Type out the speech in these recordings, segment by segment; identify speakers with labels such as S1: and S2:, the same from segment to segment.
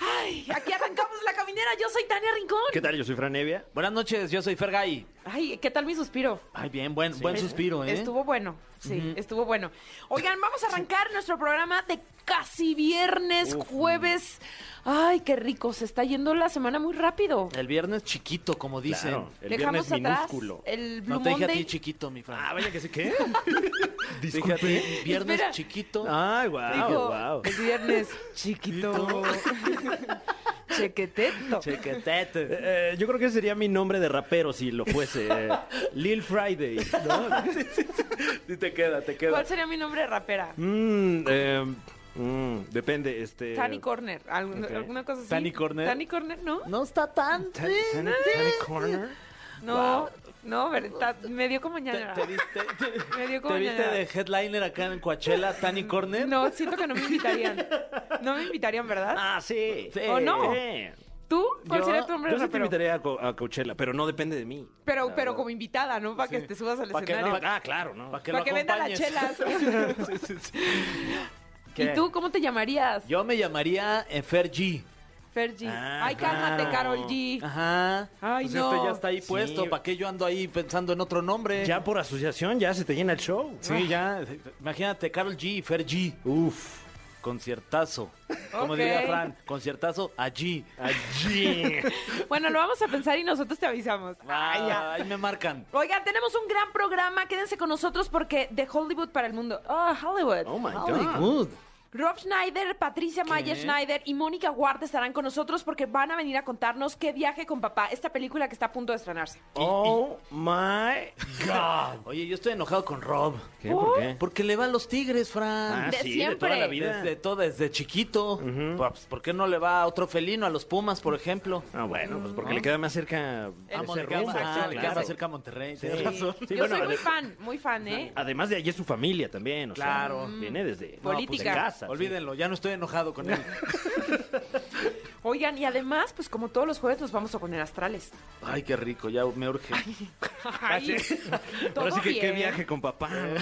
S1: Ay, aquí arrancamos la caminera. Yo soy Tania Rincón.
S2: ¿Qué tal? Yo soy Fran Evia.
S3: Buenas noches, yo soy Fergay.
S1: Ay, ¿qué tal mi suspiro?
S3: Ay, bien, buen, buen suspiro, ¿eh?
S1: Estuvo bueno, sí, estuvo bueno. Oigan, vamos a arrancar nuestro programa de casi viernes, jueves. Ay, qué rico, se está yendo la semana muy rápido.
S3: El viernes chiquito, como dicen.
S2: Claro, el
S1: Dejamos
S2: viernes
S1: atrás
S2: minúsculo.
S1: el Blue
S3: No te dije a
S1: Monday.
S3: ti chiquito, mi Fran.
S2: Ah, vaya que sí, ¿qué?
S3: Te dije a ti, viernes
S1: Espera.
S3: chiquito.
S2: Ay, wow,
S1: Dijo,
S2: wow.
S1: El viernes chiquito. Chequeteto.
S3: Chequetete.
S2: Eh, eh, yo creo que ese sería mi nombre de rapero si lo fuese. eh, Lil Friday, ¿no?
S3: Sí, te queda, te queda.
S1: ¿Cuál sería mi nombre de rapera?
S2: Mm, eh, mm, depende, este...
S1: Tani Corner, algún-
S2: ok.
S1: alguna cosa así.
S3: Tani Corner.
S1: Tani Corner, ¿no?
S3: No está tan.
S2: Tan- Tan- Tani Corner.
S1: No, no, verdad, me dio como
S3: Te,
S1: ñañara.
S3: te viste, te-
S1: Me dio como
S3: te viste
S1: ñañara.
S3: de headliner acá en Coachella, Tani Corner.
S1: No, siento que no me invitarían. No me invitarían, ¿verdad?
S2: Ah, sí. sí.
S1: ¿O no?
S2: Sí.
S1: ¿Tú? ¿Cuál
S2: Yo-
S1: sería tu nombre de
S2: Yo sí te
S1: rapero?
S2: invitaría a, Co- a Coachella, pero no depende de mí.
S1: Pero, pero como invitada, ¿no? Para que te subas al
S3: Pa' que no,
S1: escenario.
S2: Ah, claro, ¿no?
S3: Pa' que
S1: Para
S3: lo
S1: que venda las
S3: acompañes.
S1: chelas.
S2: ¿Qué?
S1: ¿Y tú cómo te llamarías?
S3: Yo me llamaría eh, Fer G.
S1: Fergie.
S2: Ah,
S1: Ay, cálmate,
S2: claro.
S1: Carol G.
S3: Ajá.
S1: Ay,
S3: Ah, pues
S1: no.
S3: este ya está ahí
S2: Sí.
S3: puesto. ¿Para qué yo ando ahí pensando en otro nombre?
S2: Ya por asociación ya se te llena el show.
S3: Sí, ya. Imagínate, Carol G y Fer G.
S2: Uf.
S3: Conciertazo. Como
S1: Ok.
S3: diría Fran, conciertazo allí.
S2: Allí.
S1: Bueno, lo vamos a pensar y nosotros te avisamos. Ay, ya.
S3: Ahí me marcan.
S1: Oigan, tenemos un gran programa. Quédense con nosotros porque de Hollywood para el mundo. Ah, Hollywood.
S2: Oh my
S1: Hollywood.
S2: God.
S1: Rob Schneider, Patricia Mayer Schneider y Mónica Ward estarán con nosotros porque van a venir a contarnos qué viaje con papá, esta película que está a punto de estrenarse.
S2: Oh my God.
S3: Oye, yo estoy enojado con Rob.
S2: ¿Qué? ¿Por qué?
S3: Porque le va a los Tigres, Fran.
S2: Ah,
S1: De
S2: sí, De
S1: siempre.
S2: toda la vida.
S3: Desde todo, desde chiquito. Pues, ¿Por qué no le va a otro felino, a los Pumas, por ejemplo?
S2: Ah, bueno, pues porque le queda más cerca
S3: A
S2: ese
S3: Monterrey.
S2: rumbo.
S3: Ah,
S2: Sí,
S3: le queda
S2: claro.
S3: más cerca a Monterrey.
S2: Sí.
S3: tienes razón.
S2: Sí,
S1: Eh, Yo
S2: bueno,
S1: soy muy
S2: ade-
S1: fan, muy fan, ¿eh?
S2: Ah, Además de allí es su familia también, o sea,
S3: Claro.
S2: viene desde
S1: pues, Política.
S2: de casa. sí.
S3: Olvídenlo, ya no estoy enojado con él.
S1: Oigan, y además, pues como todos los jueves nos vamos a poner astrales.
S3: Ay, qué rico, ya me urge.
S1: Ay, todo
S2: Ahora Ah, sí que qué
S1: bien.
S2: viaje con papá. ¿no?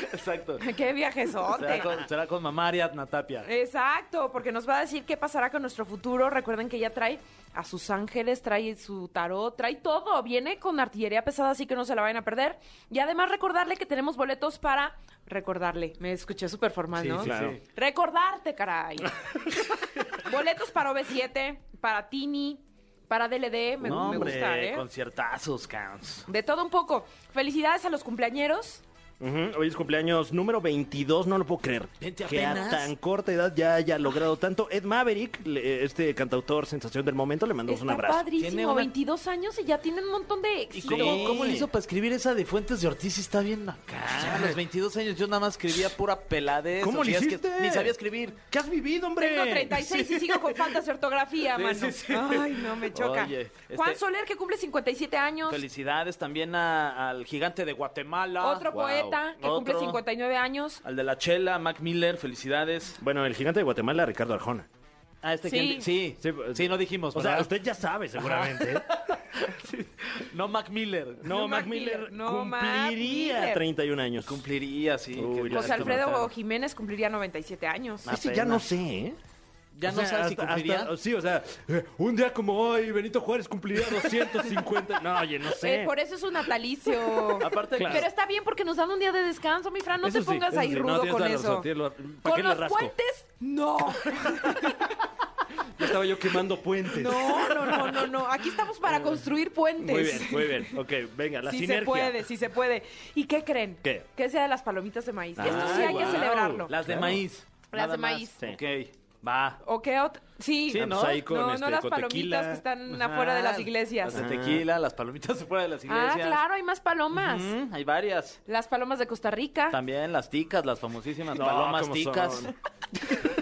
S3: Exacto.
S1: Qué viajezote.
S3: Será con, será con mamá Ariadna Tapia.
S1: Exacto, porque nos va a decir qué pasará con nuestro futuro. Recuerden que ella trae a sus ángeles, trae su tarot, trae todo. Viene con artillería pesada, así que no se la vayan a perder. Y además recordarle que tenemos boletos para recordarle. Me escuché súper formal,
S3: Sí,
S1: ¿no?
S3: sí,
S2: Claro.
S3: sí.
S1: Recordarte, caray. boletos para OV7, para Tini, para DLD. Me,
S3: no,
S1: me
S3: hombre,
S1: gusta, ¿eh?
S3: conciertazos, cans.
S1: De todo un poco. Felicidades a los cumpleañeros.
S2: Ujú, Hoy es cumpleaños número 22, no lo puedo creer.
S3: Veinte
S2: que a
S3: apenas.
S2: tan corta edad ya haya logrado tanto. Ed Maverick, le- este cantautor sensación del momento, le mandamos un
S1: Está
S2: abrazo.
S3: Tiene
S1: padrísimo,
S3: una-
S1: 22 años y ya tienen un montón de
S3: ¿Y
S1: éxito.
S3: cómo, cómo le hizo para escribir esa de Fuentes de Ortiz? Está bien acá. O sea, a los 22 años yo nada más escribía pura peladez.
S2: ¿Cómo
S3: o
S2: le
S3: sea, es que
S2: hiciste?
S3: Ni sabía escribir.
S2: ¿Qué has vivido, hombre?
S1: Tengo 36 y sigo con faltas de ortografía,
S3: Sí,
S1: mano.
S3: sí, sí.
S1: Ay, no, me choca.
S3: Oye, este-
S1: Juan Soler, que cumple 57 años.
S3: Felicidades también a- al gigante de Guatemala.
S2: Ah,
S1: Otro
S3: Wow.
S1: poeta, que cumple
S3: Otro.
S1: 59 años.
S3: Al de la chela, Mac Miller, felicidades.
S2: Bueno, el gigante de Guatemala, Ricardo Arjona.
S3: Ah, este
S1: Sí.
S3: quien- Sí, sí, no dijimos.
S2: O sea,
S3: ¿verdad?
S2: usted ya sabe seguramente.
S3: No, Mac Miller.
S1: No, Mac Miller, no, Mac Miller.
S2: 31 años.
S3: Cumpliría, sí.
S2: Uy,
S3: que-
S2: ya
S1: José
S2: está
S1: Alfredo
S3: mataron.
S1: Jiménez cumpliría 97 años.
S3: Ah,
S2: Ese ya no sé, ¿eh?
S3: Ya
S2: O
S3: no
S2: sea,
S3: sabes si
S2: hasta-
S3: cumpliría.
S2: hasta- sí, o sea, eh, un día como hoy, Benito Juárez cumpliría 250. no, oye, no sé.
S1: Eh, por eso es un natalicio.
S3: Aparte,
S2: Claro.
S1: Pero está bien porque nos dan un día de descanso, mi Fran. No
S2: Eso
S1: te
S2: sí,
S1: pongas
S2: eso
S1: ahí
S2: sí, no,
S1: rudo
S2: tienes
S1: con
S2: la razón,
S1: eso.
S2: tienes la- ¿Para
S1: Con
S2: qué le
S1: los
S2: rasco?
S1: puentes, no.
S2: Ya estaba yo quemando puentes.
S1: No, no, no, no, no. Aquí estamos para construir puentes.
S2: Muy bien, muy bien. Ok, venga, la
S1: sí
S2: sinergia.
S1: se puede, sí se puede. ¿Y qué creen?
S2: ¿Qué?
S1: Que sea de las palomitas de maíz. Esto sí
S2: Ay,
S1: hay que
S2: guau.
S1: celebrarlo.
S3: Las de
S2: Claro.
S3: maíz.
S1: Las
S3: nada
S1: de
S3: más.
S1: maíz.
S2: Sí.
S3: Ok, va.
S1: ¿O qué otra? Sí,
S2: Sí, Ah, pues
S1: no,
S2: ahí con,
S1: no, no
S2: este,
S1: las
S2: con
S1: palomitas
S2: tequila.
S1: que están afuera de las
S3: Ah,
S1: iglesias.
S3: Las de tequila, las palomitas afuera de las
S1: Ah,
S3: iglesias.
S1: claro, hay más palomas.
S3: Mm, hay varias.
S1: Las palomas de Costa Rica.
S3: También las ticas, las famosísimas
S2: No,
S3: palomas
S2: ¿cómo
S3: ticas.
S2: son?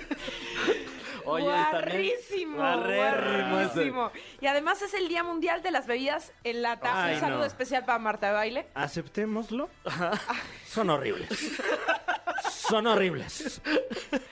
S3: Oye, también.
S1: guarrísimo,
S3: Guarrérrimo
S1: guarrísimo. Y además es el Día Mundial de las Bebidas en lata.
S2: Ay,
S1: Un saludo
S2: no.
S1: especial para Marta de Baile.
S2: Aceptémoslo. Son horribles. Son horribles.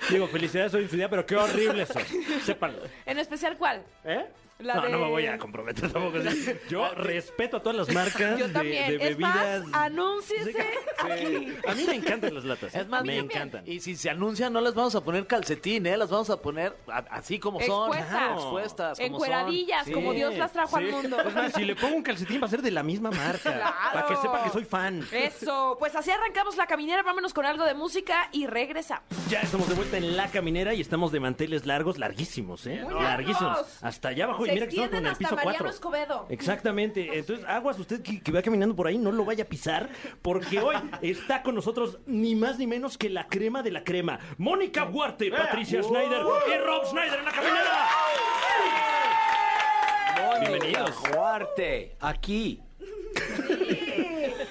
S2: Digo, felicidades hoy en su día, pero qué horrible soy. Sépanlo.
S1: En especial, ¿cuál?
S2: ¿Eh?
S1: La
S2: no,
S1: de-
S2: no me voy a comprometer tampoco. así. Yo respeto a todas las marcas
S1: Yo
S2: de,
S1: también.
S2: de
S1: es más,
S2: bebidas.
S1: anúnciese aquí.
S2: a mí me encantan las latas.
S3: Es más,
S2: me
S3: y-
S2: encantan.
S3: Y si se anuncian, no las vamos a poner calcetín, ¿eh? Las vamos a poner a- así como son.
S1: Expuestas.
S3: Expuestas, como
S1: Encueradillas,
S3: son.
S1: como Dios las trajo al
S2: Sí.
S1: mundo.
S2: Es más, si le pongo un calcetín va a ser de la misma marca.
S1: Claro.
S2: Para que sepa que soy fan.
S1: Eso, pues así arrancamos la caminera, vámonos con algo de música y regresamos.
S2: Ya estamos de vuelta en la caminera y estamos de manteles largos, larguísimos, ¿eh?
S1: Muy largos.
S2: Larguísimos. Hasta allá abajo.
S1: Se
S2: y mira que estamos
S1: extienden
S2: con el
S1: hasta
S2: piso
S1: Mariano
S2: 4.
S1: Escobedo.
S2: Exactamente. Entonces, aguas usted que, que va caminando por ahí, no lo vaya a pisar, porque hoy está con nosotros ni más ni menos que la crema de la crema. Mónica
S4: Eh,
S2: Huarte,
S4: uh.
S2: Patricia Schneider y Rob Schneider en la caminera.
S5: Bienvenidos. Juarte, aquí.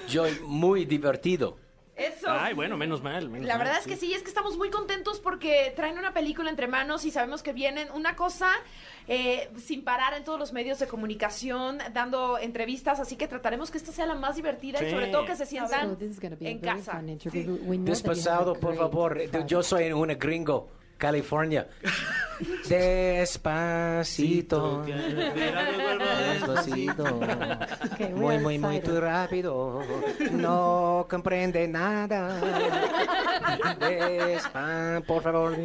S5: Yo muy divertido.
S1: Eso.
S2: Ay, bueno, menos mal. menos
S1: La
S2: mal,
S1: verdad es que sí, es que estamos muy contentos porque traen una película entre manos y sabemos que vienen una cosa eh, sin parar en todos los medios de comunicación, dando entrevistas, así que trataremos que esta sea la más divertida y
S2: Sí.
S1: sobre todo que se
S6: So
S1: sientan
S6: this is going to be
S1: en
S6: a very
S1: casa.
S6: fun interview. We know that you have a
S5: Despasado, por
S6: great
S5: favor.
S6: project.
S5: Yo soy un gringo, California. Despacito. Despacito.
S6: Okay, we
S5: Muy,
S6: are
S5: muy, muy
S6: excited.
S5: rápido. No comprende nada. Despa, por favor.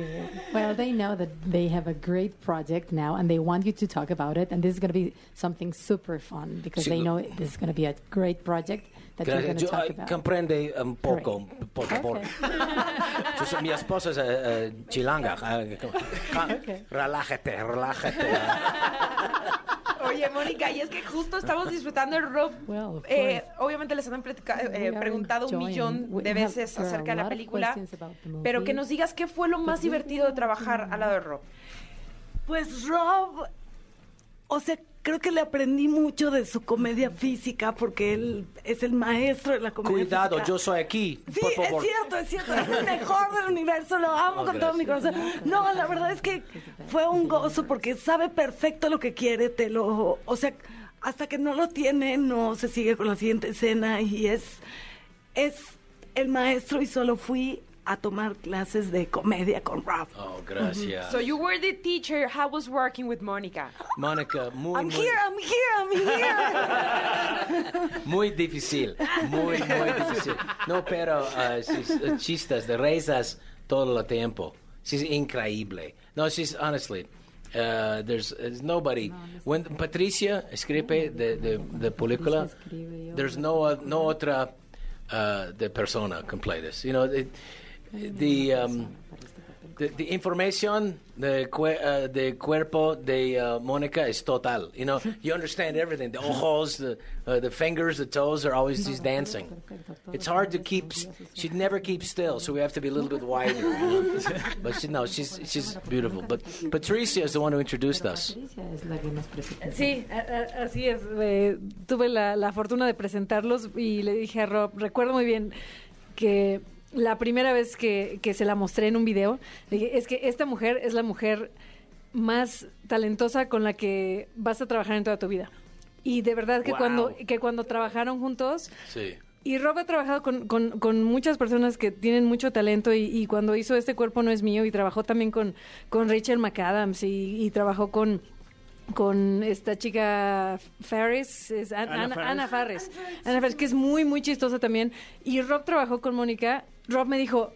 S6: Well, they know that they have a great project now, and they want you to talk about it. And this is going to be something super fun because
S5: Sí,
S6: they
S5: lo-
S6: know this is going to be a great project that you're going
S5: Gracias.
S6: to
S5: Yo,
S6: talk
S5: ay,
S6: about.
S5: comprende un poco, por favor.
S6: Perfect.
S5: Yo soy- mi esposa es eh, eh, chilanga. Ah, ah,
S6: Ok.
S5: Relájate, relájate.
S1: Oye, Mónica, y es que justo estamos disfrutando el rock.
S6: Well, of
S1: Eh,
S6: course.
S1: obviamente les han platica- eh,
S6: We are
S1: preguntado un
S6: enjoying.
S1: millón
S6: We
S1: de
S6: have-
S1: veces
S6: there are
S1: acerca de
S6: a
S1: la
S6: lot of
S1: película,
S6: questions about the movie.
S1: pero que nos digas qué fue lo más divertido de trabajar al lado de Rob.
S7: Pues Rob, o sea, creo que le aprendí mucho de su comedia física porque él es el maestro de la comedia
S5: Cuidado,
S7: física.
S5: yo soy aquí,
S7: Sí,
S5: por favor.
S7: es cierto, es cierto, es el mejor del universo, lo amo
S5: Oh,
S7: con todo mi corazón. No, la verdad es que fue un gozo porque sabe perfecto lo que quiere, te lo, o sea, hasta que no lo tiene, no se sigue con la siguiente escena y es, es el maestro y solo fui a tomar clases de comedia con Rob.
S5: Oh, gracias.
S1: So you were the teacher, how was working with Mónica?
S5: Mónica, muy, Ah,
S7: I'm
S5: muy,
S7: here, I'm here, I'm here.
S5: muy difícil. Muy, muy difícil. No, pero ah, sí, eh, chistes de risas todo el tiempo. She's increíble. No, she's honestly. uh, there's, there's nobody. When Patricia escribe de, de, de película,
S6: escribe,
S5: there's no, o- no otra uh, de persona que play this. You know, it, the, um, the, the information the cue- uh, the cuerpo de uh, Monica is total. You know, you understand everything. The ojos, the uh, the fingers, the toes are always just dancing. It's hard to keep. s- She never keeps still, so we have to be a little bit wider. you know. But she, no, she's she's beautiful. But Patricia is the one who introduced us.
S6: Patricia es la que nos presentó.
S4: Sí, a- a- así es. eh, tuve la, la fortuna de presentarlos y le dije a Rob, recuerdo muy bien que la primera vez que, que se la mostré en un video, le dije, es que esta mujer es la mujer más talentosa con la que vas a trabajar en toda tu vida. Y de verdad que cuando que cuando trabajaron juntos,
S5: Sí.
S4: y Rob ha trabajado con, con- con muchas personas que tienen mucho talento y, y cuando hizo Este Cuerpo No Es Mío y trabajó también con, con Rachel McAdams y, y trabajó con con esta chica Ferris, es An-
S2: Ana
S4: Ana,
S2: Faris.
S4: Ana Faris. Ana Faris, que es muy, muy chistosa también. Y Rob trabajó con Mónica. Rob me dijo,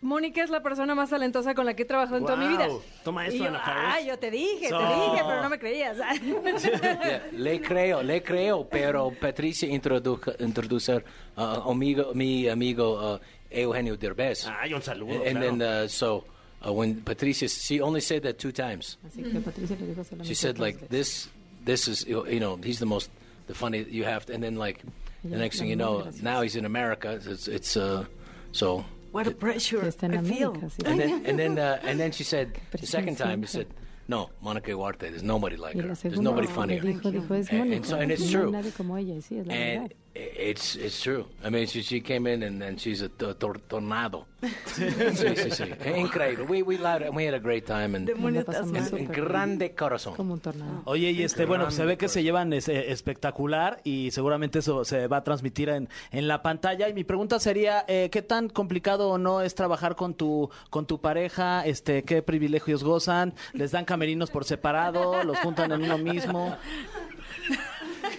S4: Mónica es la persona más talentosa con la que he trabajado en toda mi vida.
S2: Guau. Toma
S4: Y
S2: esto,
S4: yo,
S2: Ana Faris.
S4: "Ay, yo te dije,
S2: So-
S4: te dije, pero no me creías.
S5: Yeah, le creo, le creo, pero Patricia introdujo introducer uh, amigo, mi amigo uh, Eugenio Derbez.
S2: Ay, un saludo.
S5: and
S2: claro.
S5: then uh, so uh, when Patricia, she only said that two times.
S6: Así que Patricia le dijo solamente
S5: She said
S6: dos
S5: like
S6: veces.
S5: this. This is you you know he's the most the funny you have to, and then like the
S6: Yeah,
S5: next thing
S6: yeah,
S5: you know
S6: gracias.
S5: now he's in America. It's it's uh so
S7: What a pressure
S6: Que está en
S7: I feel.
S6: América. sí.
S5: and then and then uh, and then she said the second
S6: Patricia
S5: time she
S6: Sinclair.
S5: said no Monica Huarte. There's nobody like
S6: Y
S5: her.
S6: la
S5: There's
S6: segunda
S5: nobody
S6: que le
S5: funnier.
S6: dijo, dijo, es
S5: And- and
S6: Mónica,
S5: so- and it's
S6: no hay
S5: true.
S6: nadie como ella, y sí, es la
S5: And
S6: verdad.
S5: Eh, It's it's true. I mean, she, she came in and, and she's a to- tor- tornado. sí, sí, sí. Incredible. We we loved it. We had a great time and,
S7: Demonios
S6: La pasamos
S7: tasmanos.
S5: and- and
S6: súper bien.
S5: grande Oh. corazón.
S6: Como un tornado.
S3: Oye, y este, bueno, pues se ve que se llevan es- eh, espectacular y seguramente eso se va a transmitir en, en la pantalla. Y mi pregunta sería, eh, ¿qué tan complicado o no es trabajar con tu, con tu pareja? Este, ¿Qué privilegios gozan? ¿Les dan camerinos por separado? ¿Los juntan en uno mismo?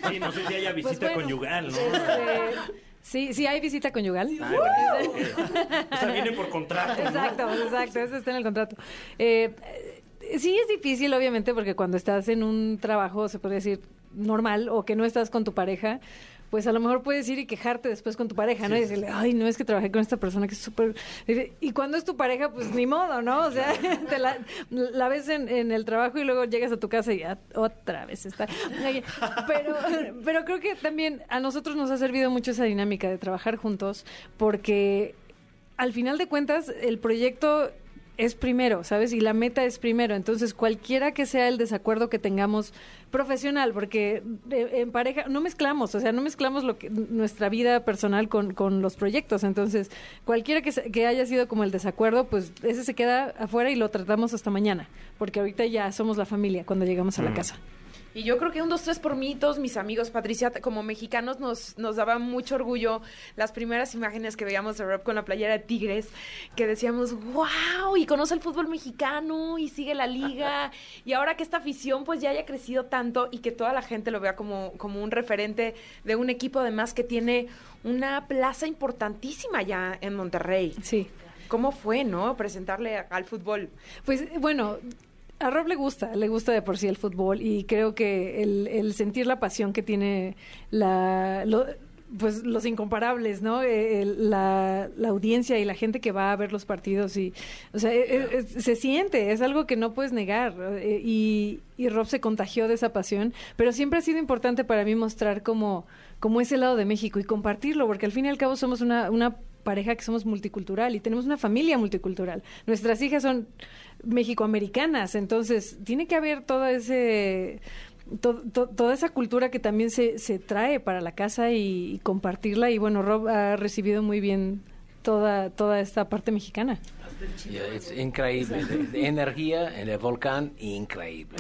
S2: Sí, no sé si
S6: Pues
S2: haya visita
S4: Pues bueno.
S2: conyugal, ¿no?
S4: Este, sí, sí hay visita conyugal.
S2: O sea, viene por contrato. ¿no?
S4: Exacto, exacto, eso está en el contrato. Eh, eh, sí es difícil, obviamente, porque cuando estás en un trabajo, se puede decir, normal o que no estás con tu pareja, pues a lo mejor puedes ir y quejarte después con tu pareja, ¿no? Y decirle, ay, no, es que trabajé con esta persona que es súper... Y cuando es tu pareja, pues ni modo, ¿no? O sea, te la, la ves en, en el trabajo y luego llegas a tu casa y ah, otra vez está... Pero, pero creo que también a nosotros nos ha servido mucho esa dinámica de trabajar juntos porque al final de cuentas, el proyecto es primero, ¿sabes? Y la meta es primero. Entonces, cualquiera que sea el desacuerdo que tengamos profesional, porque eh, en pareja no mezclamos, o sea, no mezclamos lo que, nuestra vida personal con, con los proyectos. Entonces, cualquiera que, se- que haya sido como el desacuerdo, pues ese se queda afuera y lo tratamos hasta mañana, porque ahorita ya somos la familia cuando llegamos a la casa.
S1: Y yo creo que un, dos, tres por mí, todos mis amigos, Patricia, te- como mexicanos nos, nos daba mucho orgullo las primeras imágenes que veíamos de Rob con la playera de Tigres, que decíamos, wow, y conoce el fútbol mexicano y sigue la liga. Y ahora que esta afición pues ya haya crecido tanto y que toda la gente lo vea como, como un referente de un equipo además que tiene una plaza importantísima ya en Monterrey.
S4: Sí.
S1: ¿Cómo fue, no? Presentarle a- al fútbol.
S4: Pues eh, bueno, a Rob le gusta, le gusta de por sí el fútbol y creo que el, el sentir la pasión que tiene la, lo- pues los incomparables, ¿no? Eh, el- la, la audiencia y la gente que va a ver los partidos y, o sea, eh, eh, es- se siente, es algo que no puedes negar eh, y, y Rob se contagió de esa pasión, pero siempre ha sido importante para mí mostrar cómo, cómo es el lado de México y compartirlo, porque al fin y al cabo somos una, una pareja que somos multicultural y tenemos una familia multicultural. Nuestras hijas son mexicoamericanas, entonces tiene que haber todo ese to- to- toda esa cultura que también se, se trae para la casa y, y compartirla y bueno, Rob ha recibido muy bien toda toda esta parte mexicana.
S5: Yeah, it's increíble. The, the energía en el volcán, increíble.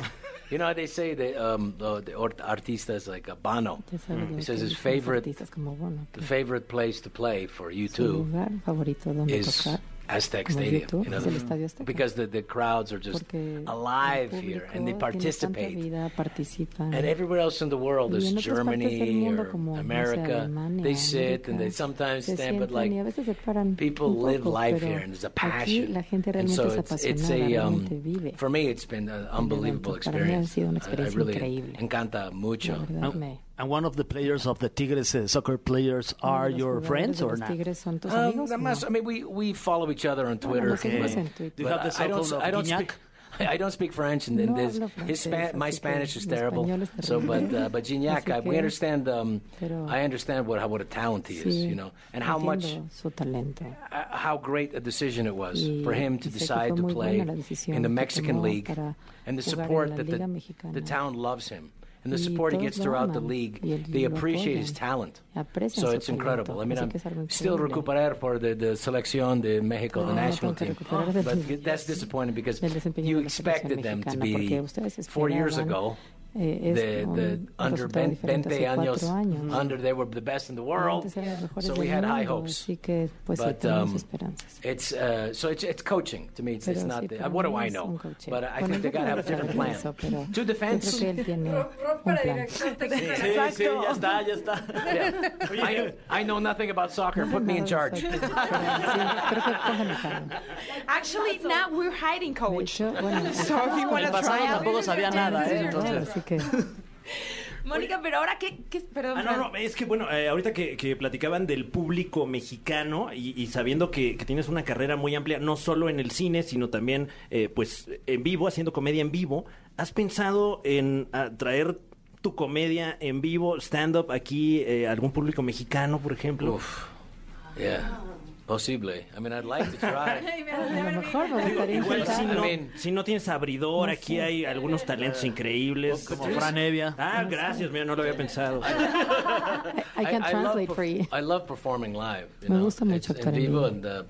S5: You know, they say that um, uh, the art- artistas like uh, Bono,
S6: Ya sabe lo
S5: he says
S6: que
S5: his
S6: dicen los
S5: favorite,
S6: artistas como Bono,
S5: the
S6: que
S5: favorite place to play for you
S6: su
S5: two
S6: lugar favorito donde
S5: is
S6: tocar.
S5: Aztec
S6: como
S5: Stadium.
S6: YouTube,
S5: you know,
S6: es el Estadio Azteca.
S5: because the, the crowds are just
S6: Porque
S5: alive
S6: el
S5: here
S6: público
S5: and they
S6: tiene tanta
S5: participate.
S6: vida, participa.
S5: And everywhere else in the world
S6: Y
S5: is
S6: en otras partes del
S5: Germany
S6: mundo,
S5: or
S6: como no sé,
S5: America.
S6: Alemania,
S5: they sit and they
S6: América,
S5: sometimes
S6: se
S5: stand, but
S6: sientan
S5: like
S6: y a veces se paran
S5: people
S6: un poco,
S5: live life
S6: pero
S5: here and there's a
S6: aquí
S5: passion.
S6: la gente
S5: And
S6: realmente
S5: so
S6: es
S5: it's, it's
S6: apasionada,
S5: a,
S6: realmente
S5: um,
S6: vive.
S5: for me, it's been an unbelievable
S6: Para mí ha
S5: experience.
S6: sido una
S5: I- I
S6: experiencia
S5: really
S6: increíble.
S5: encanta
S6: La
S5: mucho.
S6: verdad me...
S3: And one of the players of the Tigres uh, soccer players are
S6: ¿Los
S3: your
S6: jugadores
S3: friends
S6: de
S3: or
S6: los
S3: not?
S6: Tigres son tus
S5: Um,
S6: amigos?
S5: nada
S6: o
S5: más,
S6: no?
S5: I mean, we, we follow each other on Twitter.
S6: nos seguimos
S5: but-
S6: en Twitter.
S3: Eh, Do you have
S5: but
S3: the
S5: I- I don't,
S3: cell phone
S5: I don't
S3: of
S5: speak. I don't speak French, and,
S6: No
S5: and this,
S6: hablo
S5: his
S6: francés,
S5: Spa- my
S6: así que
S5: Spanish is
S6: mi
S5: terrible.
S6: español es
S5: So, but
S6: terrible.
S5: uh, but Gignac,
S6: Así
S5: I, we
S6: que-
S5: understand. Um,
S6: Pero-
S5: I understand what how- what a talent he is,
S6: Sí,
S5: you know, and how much,
S6: entiendo su talento.
S5: uh, how great a decision it was
S6: Y-
S5: for him to
S6: y sé que
S5: decide
S6: fue
S5: to
S6: muy
S5: play
S6: buena la decisión
S5: in the
S6: que
S5: Mexican
S6: tomó
S5: league,
S6: para
S5: and the
S6: jugar en la
S5: support that
S6: Liga
S5: the,
S6: Mexicana.
S5: the town loves him, and the
S6: Y
S5: support he
S6: todos
S5: gets
S6: lo
S5: throughout the
S6: aman,
S5: league.
S6: y él-
S5: They
S6: lo
S5: appreciate his
S6: apoyan,
S5: talent.
S6: aprecian
S5: So
S6: su
S5: it's incredible. I mean, I'm
S6: talento, así que es algo
S5: still
S6: increíble.
S5: recuperar for the, the selección de Mexico, the
S6: Todavía no
S5: national team.
S6: tengo que recuperar de
S5: But
S6: tu-
S5: that's disappointing because
S6: del desempeño
S5: you
S6: de la selección
S5: expected them to
S6: mexicana,
S5: be
S6: porque ustedes
S5: four years ago.
S6: esperaban, eh,
S5: The, the
S6: es un
S5: under
S6: resultado
S5: 20
S6: diferente hace
S5: años,
S6: cuatro años.
S5: under they were the best in the world,
S6: Antes eran los mejores
S5: so
S6: del
S5: we had high
S6: mundo,
S5: hopes.
S6: Así que, pues, sí,
S5: But,
S6: teníamos
S5: um,
S6: esperanzas.
S5: It's uh, so it's, it's coaching to me. It's, it's
S6: Pero
S5: not.
S6: sí,
S5: The,
S6: para
S5: what do
S6: mí
S5: I
S6: es un
S5: know?
S6: coaching.
S5: But I
S6: Bueno,
S5: think they gotta
S6: yo creo que
S5: have a
S6: no
S5: different
S6: saben
S5: plan.
S6: eso, pero
S5: Two
S6: Yo
S5: defense.
S6: creo que él tiene un plan.
S2: eh,
S3: Sí, sí, ya está, ya está.
S5: I, I know nothing about soccer. Put me in charge.
S6: Sí, creo que pónganme cargo.
S1: Actually, now we're hiding
S6: De
S1: coach.
S6: hecho, bueno,
S1: So if you
S3: En
S1: wanna
S3: el pasado
S1: try out-
S3: tampoco sabía nada, ¿eh?
S6: claro,
S3: Entonces...
S6: así que...
S1: Mónica, pero ahora qué, qué- perdón.
S2: Ah, no,
S1: Fran.
S2: no, es que bueno, eh, ahorita que, que platicaban del público mexicano y, y sabiendo que, que tienes una carrera muy amplia, no solo en el cine, sino también eh, pues en vivo, haciendo comedia en vivo, ¿has pensado en ah, traer tu comedia en vivo, stand-up aquí, eh, algún público mexicano, por ejemplo?
S5: Oof. Yeah. Posible. I mean, I'd like to try.
S6: A lo mejor me gustaría
S2: Igual
S6: intentar.
S2: si
S5: I
S2: no,
S5: mean-
S2: si no tienes abridor, aquí hay algunos talentos increíbles.
S3: Como Fran Evia.
S2: Ah, gracias, mira, no lo había pensado.
S6: I can translate
S5: love,
S6: for you.
S5: perf- I love performing live. You
S6: Me
S5: know?
S6: gusta mucho
S5: It's
S6: actuar en
S5: in vivo
S6: vivo.
S5: and uh,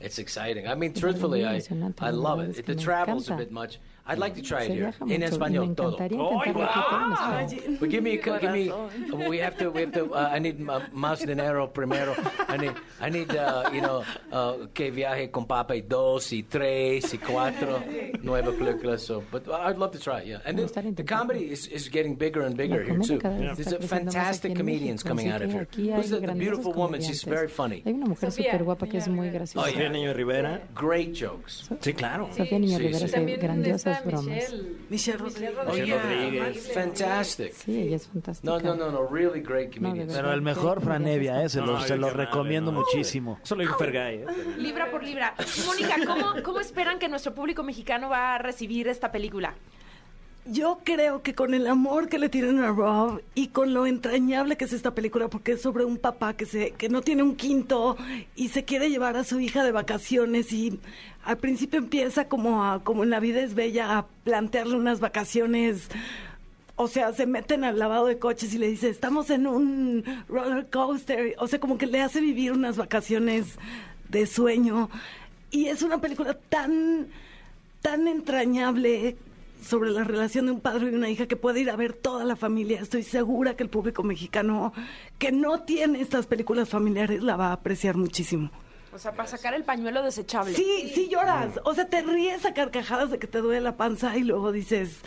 S5: it's exciting. I mean,
S6: Es
S5: truthfully,
S6: muy
S5: I,
S6: emocionante,
S5: I
S6: la
S5: love
S6: verdad
S5: it.
S6: es
S5: it
S6: que
S5: the
S6: me
S5: travel's a
S6: encanta.
S5: bit much. I'd like to try it
S6: Se
S5: here
S6: viaja
S5: en
S6: mucho y me
S5: español todo.
S6: encantaría intentarlo aquí con nuestro-
S5: But give me, give me. We have to. We have to. Uh, I need ma- más dinero primero. I need. I need. Uh, you know, uh, que viaje con papa y dos y tres y cuatro nueva películas. So, but I'd love to try. it, Yeah, and
S6: Me
S5: then
S6: gustaría
S5: the
S6: intentarlo.
S5: comedy is, is getting bigger and bigger
S6: La
S5: here too.
S6: comedia cada vez está
S5: There's a
S6: creciendo más
S5: fantastic
S6: aquí en
S5: comedians
S6: México,
S5: coming
S6: así
S5: out of
S6: que
S5: here.
S6: aquí hay
S5: Who's the, the
S6: grandiosos
S5: beautiful woman? She's
S6: comediantes.
S5: very funny.
S6: Hay una mujer
S8: Sofía,
S6: súper guapa que es
S8: Niño
S6: muy
S8: Rivera.
S6: graciosa.
S2: Sofía Niño Rivera.
S5: Great jokes.
S2: Sí, claro.
S6: Sofía Niño
S5: Sí,
S6: Rivera
S5: sí.
S6: hace grandiosas bromas.
S7: Michelle Rodríguez.
S5: Oh
S2: Michelle
S5: yeah,
S2: Rodríguez.
S5: fantastic.
S6: Sí, ella es fantástica.
S5: No, no, no, no. Really great comedians.
S6: verdad.
S3: Pero el mejor Fran Evia, ¿eh? Se
S2: No,
S3: lo, se lo
S2: qué madre,
S3: recomiendo
S2: no.
S3: muchísimo.
S2: Eso lo dijo Fergay. ¿eh?
S1: Libra por libra. Mónica, ¿cómo, ¿cómo esperan que nuestro público mexicano va a recibir esta película?
S7: Yo creo que con el amor que le tienen a Rob y con lo entrañable que es esta película, porque es sobre un papá que, se, que no tiene un quinto y se quiere llevar a su hija de vacaciones y al principio empieza como, a, como en La vida es bella a plantearle unas vacaciones. O sea, se meten al lavado de coches y le dice, estamos en un roller coaster. O sea, como que le hace vivir unas vacaciones de sueño. Y es una película tan tan entrañable sobre la relación de un padre y una hija que puede ir a ver toda la familia. Estoy segura que el público mexicano que no tiene estas películas familiares la va a apreciar muchísimo.
S1: O sea, para sacar el pañuelo desechable.
S7: Sí, sí lloras. O sea, te ríes a carcajadas de que te duele la panza y luego dices,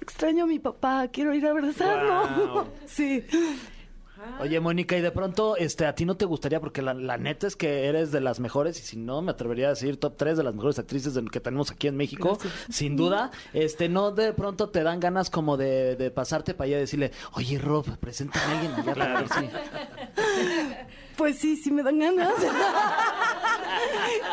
S7: extraño a mi papá, quiero ir a abrazarlo.
S2: Wow.
S7: Sí.
S3: Oye, Mónica, y de pronto, este, a ti no te gustaría, porque la, la neta es que eres de las mejores, y si no, me atrevería a decir top 3 de las mejores actrices de- que tenemos aquí en México, sin duda. Este, no de pronto te dan ganas como de, de pasarte para allá y decirle, oye, Rob, preséntame a alguien allá para ver si-".
S7: Pues sí, sí me dan ganas.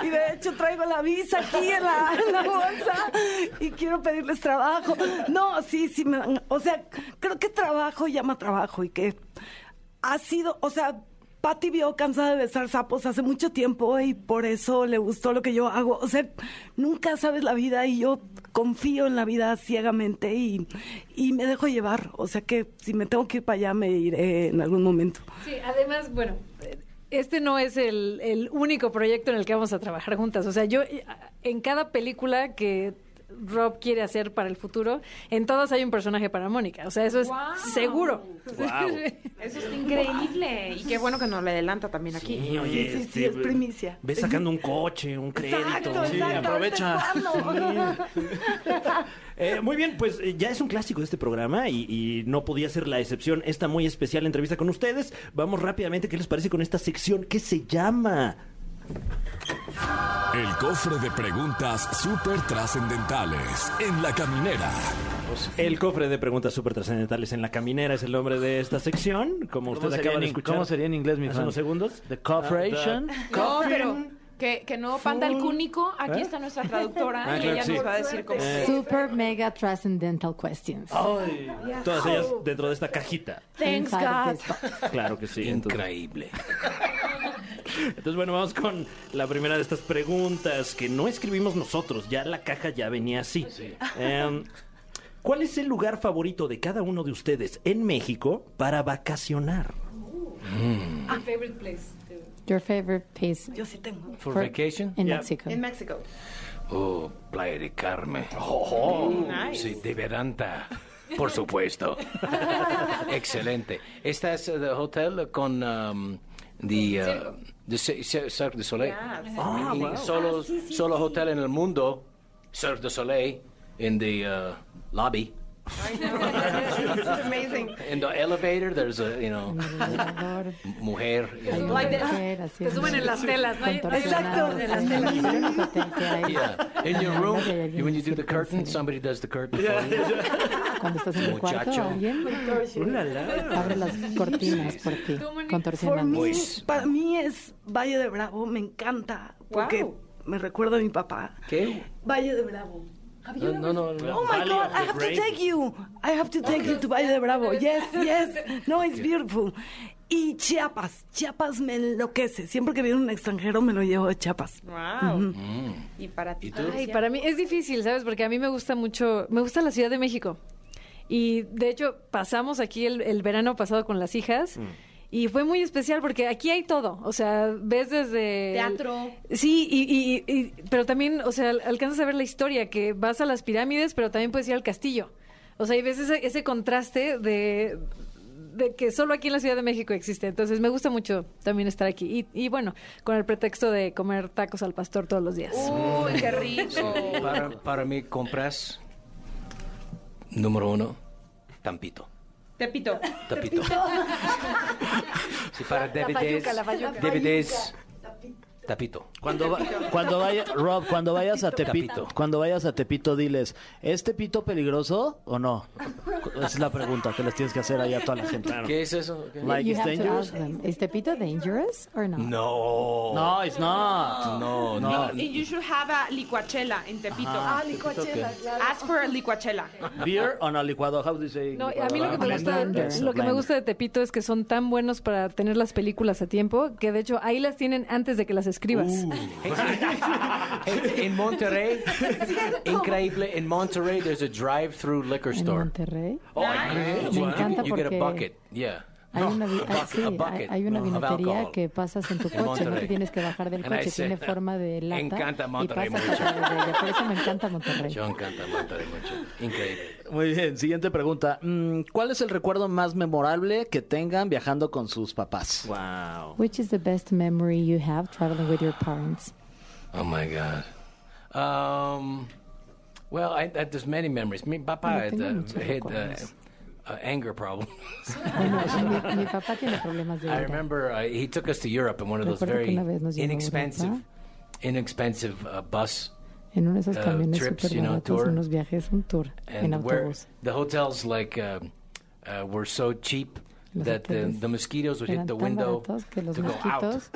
S7: Y de hecho traigo la visa aquí en la, en la bolsa y quiero pedirles trabajo. No, sí, sí me dan. O sea, creo que trabajo llama trabajo y que ha sido, o sea, Patty vio cansada de besar sapos hace mucho tiempo y por eso le gustó lo que yo hago. O sea, nunca sabes la vida y yo confío en la vida ciegamente y, y me dejo llevar. O sea que si me tengo que ir para allá me iré en algún momento.
S8: Sí, además, bueno, este no es el, el único proyecto en el que vamos a trabajar juntas. O sea, yo eh, en cada película que Rob quiere hacer para el futuro, en todas hay un personaje para Mónica. O sea, eso es
S1: ¡Guau!
S8: seguro.
S1: Eso está increíble. Y qué bueno que nos le adelanta también aquí.
S2: Sí, oye,
S7: Sí, sí,
S2: este,
S7: sí, es primicia.
S2: Ve sacando un coche, un crédito.
S7: Exacto, exacto.
S3: aprovecha.
S7: antes hazlo.
S2: Eh, muy bien, pues eh, ya es un clásico de este programa y, y no podía ser la excepción esta muy especial entrevista con ustedes. Vamos rápidamente, ¿qué les parece con esta sección que se llama?
S9: El cofre de preguntas súper trascendentales en la caminera.
S2: El cofre de preguntas súper trascendentales en la caminera es el nombre de esta sección,
S3: ¿Cómo
S2: como usted
S3: sería
S2: acaba
S3: en
S2: de
S3: in-
S2: escuchar.
S3: cómo sería en inglés, mi
S2: Hace
S3: Fran?
S2: unos segundos.
S3: The Corporation.
S2: Ah,
S1: No, pero que, que no panda el cúnico. Aquí
S2: ¿Eh?
S1: está nuestra traductora
S2: Ah,
S1: y
S2: claro
S1: ella
S2: que sí. Eh.
S1: nos va a decir cómo.
S6: Super mega transcendental questions.
S2: Oh. Todas ellas dentro de esta cajita.
S1: Thanks,
S6: Inside
S1: God.
S6: this box.
S2: Claro que sí. entonces-
S5: Increíble.
S2: Entonces, bueno, vamos con la primera de estas preguntas que no escribimos nosotros, ya la caja ya venía así. Em, ¿Cuál es el lugar favorito de cada uno de ustedes en México para vacacionar?
S8: My favorite place.
S6: Your favorite place
S7: Yo sí tengo.
S5: For
S6: For-
S5: vacation?
S6: in
S2: Yeah.
S6: Mexico.
S1: En México.
S5: Oh, Playa de Carmen.
S1: Oh,
S5: Mm,
S1: nice.
S5: Sí, de Veranta. Por supuesto. Excelente. ¿Estás en el hotel con um, the, uh, the Ci- Ci- Cirque du Soleil? Ah, y Solo, solo hotel en el mundo, Cirque du Soleil, in the uh, lobby.
S1: amazing.
S5: In the elevator, there's a, you know,
S6: Alrededor,
S5: mujer. you
S6: hay
S5: know.
S6: una
S1: Like the-
S6: mujer así
S8: Te suben en las telas, ¿no?
S6: contorsionados,
S7: Exacto, en las
S6: hay
S7: telas.
S6: un monigote que hay.
S5: Yeah. In your
S6: Hay
S5: room,
S6: una que hay alguien
S5: when you do the
S6: siempre
S5: curtain,
S6: enseña.
S5: somebody does the curtain for you.
S6: Cuando estás en el cuarto,
S5: Muchacho.
S6: alguien abre las cortinas por ti,
S7: For me,
S6: contorsionando.
S5: Pues-
S7: para mí es Valle de Bravo, me encanta. Porque
S1: Wow.
S7: me recuerda a mi papá.
S5: ¿Qué?
S7: Valle de Bravo.
S5: No, no, no. no.
S7: Oh my
S2: Valley
S7: God,
S2: of
S7: I
S2: the
S7: have
S2: Brave.
S7: to take you. I have to take you to Valle de Bravo. Yes, yes. No, it's beautiful. Y Chiapas, Chiapas me enloquece. Siempre que viene un extranjero me lo llevo a Chiapas.
S1: Wow.
S2: Mm.
S1: Y para ti.
S4: Ay, para mí es difícil, ¿sabes? Porque a mí me gusta mucho, me gusta la Ciudad de México. Y de hecho pasamos aquí el, el verano pasado con las hijas. Y fue muy especial porque aquí hay todo, o sea, ves desde... el-
S1: Teatro.
S4: sí, y, y- y- pero también, o sea, al- alcanzas a ver la historia, que vas a las pirámides, pero también puedes ir al castillo. O sea, y ves ese, ese contraste de, de que solo aquí en la Ciudad de México existe. Entonces me gusta mucho también estar aquí. Y, y bueno, con el pretexto de comer tacos al pastor todos los días.
S1: Uh, Uy, qué rico.
S5: Para, para mí, compras número uno, Tampito.
S1: Tepito.
S5: Tapito. Sí, para DVDs.
S4: fayuca, la fayuca.
S5: DVDs. Tapito.
S3: Cuando, va- cuando vaya, Rob, cuando vayas a Tepito,
S5: Tapito.
S3: cuando vayas a Tepito, diles, ¿es Tepito peligroso o no? Esa es la pregunta que les tienes que hacer ahí a toda la gente.
S5: ¿Qué es eso? ¿Qué?
S3: Like,
S6: you
S3: it's
S6: have to
S3: dangerous?
S6: ask them, is Tepito dangerous or not?
S5: No.
S3: No, it's not. No.
S5: No, no.
S1: And you should have a licuachela en Tepito.
S7: Ah, licuachela, claro.
S1: Ask for a licuachela.
S3: Beer on a licuado. How do you say
S4: No, a
S3: licuado?
S4: mí lo que, me gusta,
S3: Blender.
S4: lo que me gusta de Tepito es que son tan buenos para tener las películas a tiempo que de hecho ahí las tienen antes de que las escribas.
S5: En, en Monterrey, increíble. In Monterrey, there's a drive-through liquor
S6: En
S5: store.
S6: Monterrey.
S5: Oh, I-
S6: Me encanta
S5: You get a
S6: porque-
S5: bucket. Yeah.
S6: Hay una, vi- ah,
S5: bucket-
S6: sí,
S5: a
S6: hay-
S5: bucket
S6: hay una
S5: of
S6: vinatería
S5: alcohol.
S6: que pasas en tu coche, no
S5: Monterrey.
S6: te tienes que bajar del
S5: And I
S6: coche,
S5: said,
S6: tiene forma de lata.
S5: encanta Monterrey
S6: y pasas
S5: mucho.
S6: a través de ella. Por eso me encanta Monterrey.
S5: Yo encanta Monterrey mucho. Increíble.
S3: Muy bien, siguiente pregunta. Mm, ¿Cuál es el recuerdo más memorable que tengan viajando con sus papás?
S2: Wow.
S6: Which is the best memory you have traveling with your parents?
S5: Oh my God. Um, well, I, I, there's many memories. Mi papá
S6: Yo tengo
S5: had, uh,
S6: muchos
S5: had uh,
S6: recuerdos.
S5: uh, anger problem.
S6: Bueno, mi, mi papá tiene problemas de
S5: I
S6: ira.
S5: remember uh, he took us to Europe in one of those
S6: Recuerdo que
S5: very
S6: una vez nos llevó a
S5: inexpensive,
S6: Europa.
S5: inexpensive uh, bus,
S6: En uno de esos
S5: uh,
S6: camiones
S5: trips,
S6: súper
S5: you know,
S6: baratos,
S5: tour.
S6: unos viajes, un tour en
S5: and where
S6: autobús.
S5: the hotels like uh, uh, were so cheap
S6: Los
S5: that the,
S6: hoteles
S5: the mosquitoes would hit
S6: Eran
S5: the
S6: tan
S5: Pues window
S6: baratos que los
S5: to go out.
S6: mosquitos,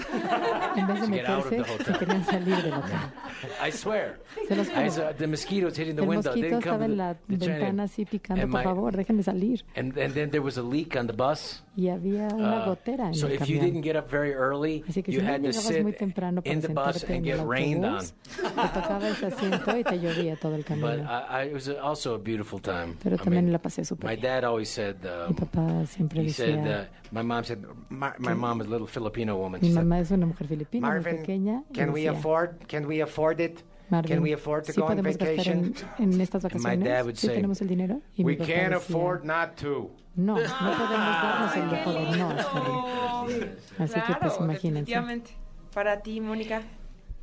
S6: en vez de
S5: To get out of the
S6: meterse,
S5: hotel.
S6: se querían salir del hotel.
S5: I swear.
S6: Se los
S5: I
S6: juro.
S5: saw the mosquitoes hitting the
S6: El
S5: window. They
S6: mosquito
S5: didn't come
S6: estaba
S5: to
S6: en
S5: the-
S6: la
S5: the train.
S6: ventana así picando,
S5: And
S6: por
S5: my-
S6: favor, déjenme salir.
S5: And, and then there was a leak on the bus.
S6: Y había una
S5: Uh,
S6: gotera en
S5: so
S6: el
S5: if you didn't
S6: camión.
S5: get up very early,
S6: Así que
S5: you
S6: si no
S5: had to
S6: llegabas muy
S5: sit
S6: temprano para
S5: in the bus
S6: sentarte
S5: and
S6: en el
S5: get rained on.
S6: autobús, te tocaba ese asiento y te llovía todo el
S5: But
S6: camino.
S5: I, I, it was also a beautiful time.
S6: Pero
S5: I
S6: también
S5: mean,
S6: la pasé
S5: my
S6: súper bien.
S5: dad always said,
S6: Mi
S5: um,
S6: papá siempre
S5: he said,
S6: decía,
S5: uh, my mom said, my, my mom is a little Filipino woman.
S6: mi
S5: She said,
S6: mamá es una mujer filipina muy pequeña. y
S10: can we
S6: decía,
S10: afford? Can we afford it?
S6: Marvin,
S10: can we afford to
S6: ¿sí
S10: go on
S6: podemos gastar en,
S10: vacation?
S6: en estas
S5: And my dad would
S6: vacaciones? ¿Sí
S5: say,
S6: tenemos el dinero? Y mi
S10: We
S6: papá
S10: can't
S6: decía,
S10: afford not to.
S6: No, no podemos
S1: Ah,
S6: darnos el lujo de no hacerlo. Así que pues
S1: Claro,
S6: imagínense.
S1: definitivamente. Para ti, Mónica.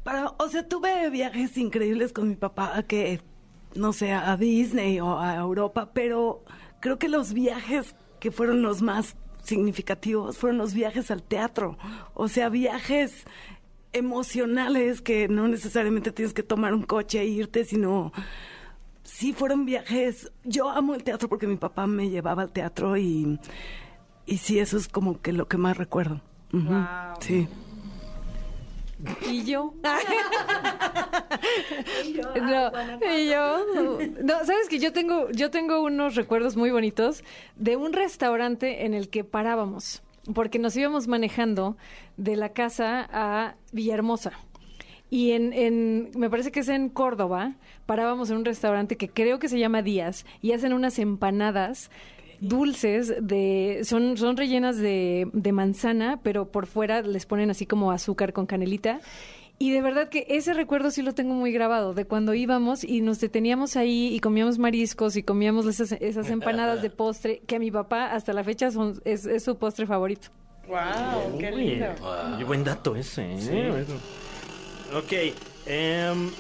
S7: Para, o sea, tuve viajes increíbles con mi papá que, no sé, a Disney o a Europa, pero creo que los viajes que fueron los más significativos fueron los viajes al teatro. O sea, viajes emocionales que no necesariamente tienes que tomar un coche e irte, sino sí fueron viajes. Yo amo el teatro porque mi papá me llevaba al teatro y, y sí, eso es como que lo que más recuerdo. Ujú,
S1: Wow.
S7: Sí.
S4: Y yo. ah, no, y yo. No, sabes que yo tengo, yo tengo unos recuerdos muy bonitos de un restaurante en el que parábamos, porque nos íbamos manejando de la casa a Villahermosa. Y en, en, me parece que es en Córdoba, parábamos en un restaurante que creo que se llama Díaz y hacen unas empanadas dulces de son son rellenas de, de manzana pero por fuera les ponen así como azúcar con canelita y de verdad que ese recuerdo sí lo tengo muy grabado de cuando íbamos y nos deteníamos ahí y comíamos mariscos y comíamos esas, esas empanadas de postre que a mi papá hasta la fecha son, es, es su postre favorito
S1: Wow, qué
S2: Uy,
S1: lindo.
S2: qué buen dato ese. ¿eh? Ok. em,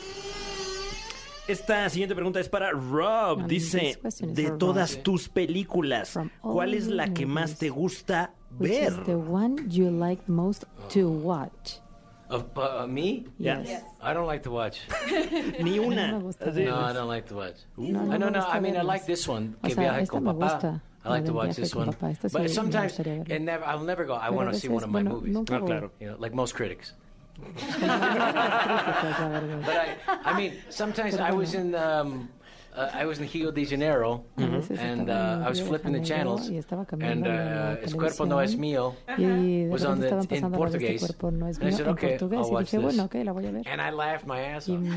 S2: esta siguiente pregunta es para Rob.
S6: And
S2: Dice,
S6: this question is
S2: de
S6: for Rob.
S2: todas tus películas,
S6: From all
S2: ¿cuál es la
S6: the
S2: que más
S6: movies.
S2: te gusta
S6: Which
S2: ver?
S6: is the one you like most to watch?
S5: of uh, me?
S2: Ya.
S5: I don't like to watch.
S2: Ni
S6: No me
S2: una.
S6: gusta
S2: Sí.
S5: No, I don't like to watch.
S6: No,
S5: I
S6: no
S5: don't
S6: me
S5: know.
S6: gusta
S5: I mean, I
S6: verlas.
S5: like this one.
S6: O
S5: Que
S6: sea,
S5: viaje
S6: esta
S5: con
S6: me
S5: papá.
S6: gusta,
S5: I like
S6: la
S5: to
S6: del
S5: watch
S6: viaje
S5: this
S6: con
S5: one.
S6: papá. Esta sí me
S5: But sometimes,
S6: gustaría verla.
S5: and never, I'll never go. I
S6: Pero
S5: want
S6: a
S5: to see one
S6: veces,
S5: of my
S6: bueno,
S5: movies.
S6: nunca
S2: Ah,
S6: voy.
S2: claro.
S5: You know, like most critics.
S6: Las críticas, la verdad.
S5: But I, I mean, sometimes I was in um, uh, I was in Rio de Janeiro, and uh, I was flipping the channels, and uh, Es Cuerpo No Es Mío
S6: Y de
S5: was on
S6: repente
S5: the,
S6: estaban
S5: in
S6: pasando la de este
S5: Portuguese.
S6: cuerpo no es
S5: And I
S6: mío
S5: said,
S6: en
S5: okay,
S6: portugués
S5: I'll
S6: y
S5: oh, watch
S6: dije,
S5: this.
S6: bueno, ok, la voy a ver.
S5: And I laughed my ass
S6: Y
S5: off.
S6: me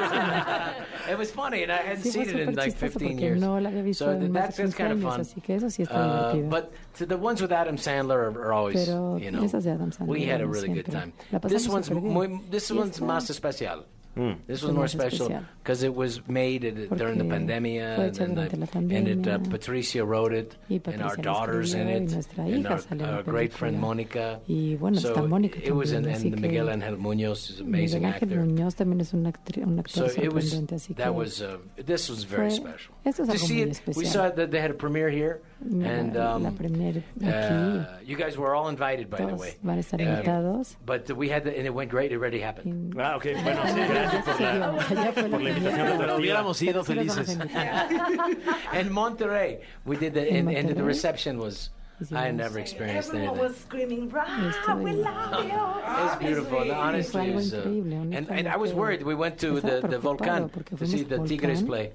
S6: la
S5: it was funny, and I hadn't
S6: Sí, fue
S5: seen it in
S6: súper
S5: like
S6: chistoso
S5: 15
S6: porque
S5: years.
S6: no la había visto
S5: so
S6: en
S5: th-
S6: más de
S5: that's, that's
S6: 15
S5: kind of
S6: años,
S5: fun.
S6: así que eso sí está
S5: Uh,
S6: divertido.
S5: but to the ones with Adam Sandler are, are always,
S6: Pero
S5: you know,
S6: esas de Adam Sandler
S5: we had a
S6: eran
S5: really good
S6: siempre-
S5: time.
S6: la
S5: This
S6: pasamos
S5: one's
S6: súper bien.
S5: muy, this
S6: Y
S5: one's
S6: esta-
S5: más especial. This
S6: Esta
S5: was
S6: es
S5: more
S6: más
S5: special
S6: especial.
S5: because it was made at- during the
S6: Porque
S5: pandemia,
S6: fue
S5: and,
S6: hecha
S5: then the-
S6: durante la
S5: and it, uh,
S6: pandemia.
S5: Patricia wrote it,
S6: Y
S5: and our
S6: Patricia la
S5: daughters in
S6: escribió, y
S5: it,
S6: nuestra
S5: and
S6: hija
S5: our,
S6: salió en la
S5: our great friend
S6: película.
S5: Monica.
S6: Y bueno,
S5: so
S6: está Mónica
S5: it was,
S6: también,
S5: and,
S6: así
S5: and
S6: que
S5: Miguel Angel Munoz is an amazing
S6: Miguel Ángel
S5: actor.
S6: Muñoz también es un, actri- un
S5: So
S6: actor
S5: it was
S6: sorprendente, así que
S5: that was uh, this was very
S6: fue-
S5: special.
S6: esto es
S5: to
S6: algo
S5: see
S6: muy
S5: it, we
S6: especial.
S5: saw that they had a premiere here,
S6: mira,
S5: and
S6: la
S5: um,
S6: premier aquí,
S5: uh, you guys were all invited, by the
S6: todos
S5: way.
S6: van a estar
S5: Uh,
S6: invitados.
S5: But we had, the, and it went great. It already happened.
S2: Ah, ok. Bueno, sí, gracias por
S6: Sí,
S2: la,
S6: vamos allá,
S2: por la
S6: fue la premier.
S2: invitación
S3: Pero
S2: retroactiva.
S3: hubiéramos sido
S6: Sí los vamos a
S3: felices.
S6: invitar.
S5: And Monterrey, we did the, and,
S6: En
S5: and the
S6: Monterrey.
S5: reception was. I had never experienced
S7: Everyone
S5: anything.
S7: was screaming, "Bravo,
S6: Estuvo
S7: we
S6: bien.
S7: love you."
S5: It's beautiful. and
S6: Fue
S5: honestly, it
S6: algo
S5: was, uh,
S6: increíble,
S5: and, and I was
S6: honestamente.
S5: worried. We went to
S6: Estaba
S5: the, the
S6: preocupado
S5: Volcán
S6: porque
S5: to
S6: fuimos
S5: see
S6: al
S5: the Tigres
S6: Volcán.
S5: play.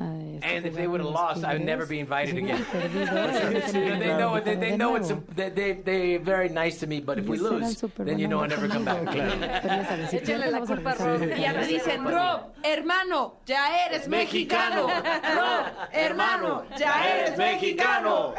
S6: Ah, está
S5: And if they
S6: jugando
S5: would have
S6: los
S5: lost, I would
S6: Tigres.
S5: never be invited
S6: Si hubieran
S5: again.
S6: perdido, eh,
S5: You know, they know they, they
S6: de
S5: know
S6: nuevo.
S5: it's they, they they're very nice to me, but if we
S6: Ellos eran
S5: lose,
S6: súper
S5: then you
S6: buena
S5: know I
S6: onda
S5: never come back.
S6: conmigo. Pero ya sabes, si
S4: Échenle la
S6: pierdes, vamos a
S4: culpa a
S6: regresar.
S4: Rob.
S1: Y ya te dicen, Rob, hermano, ya eres mexicano. Rob, hermano, ya eres mexicano.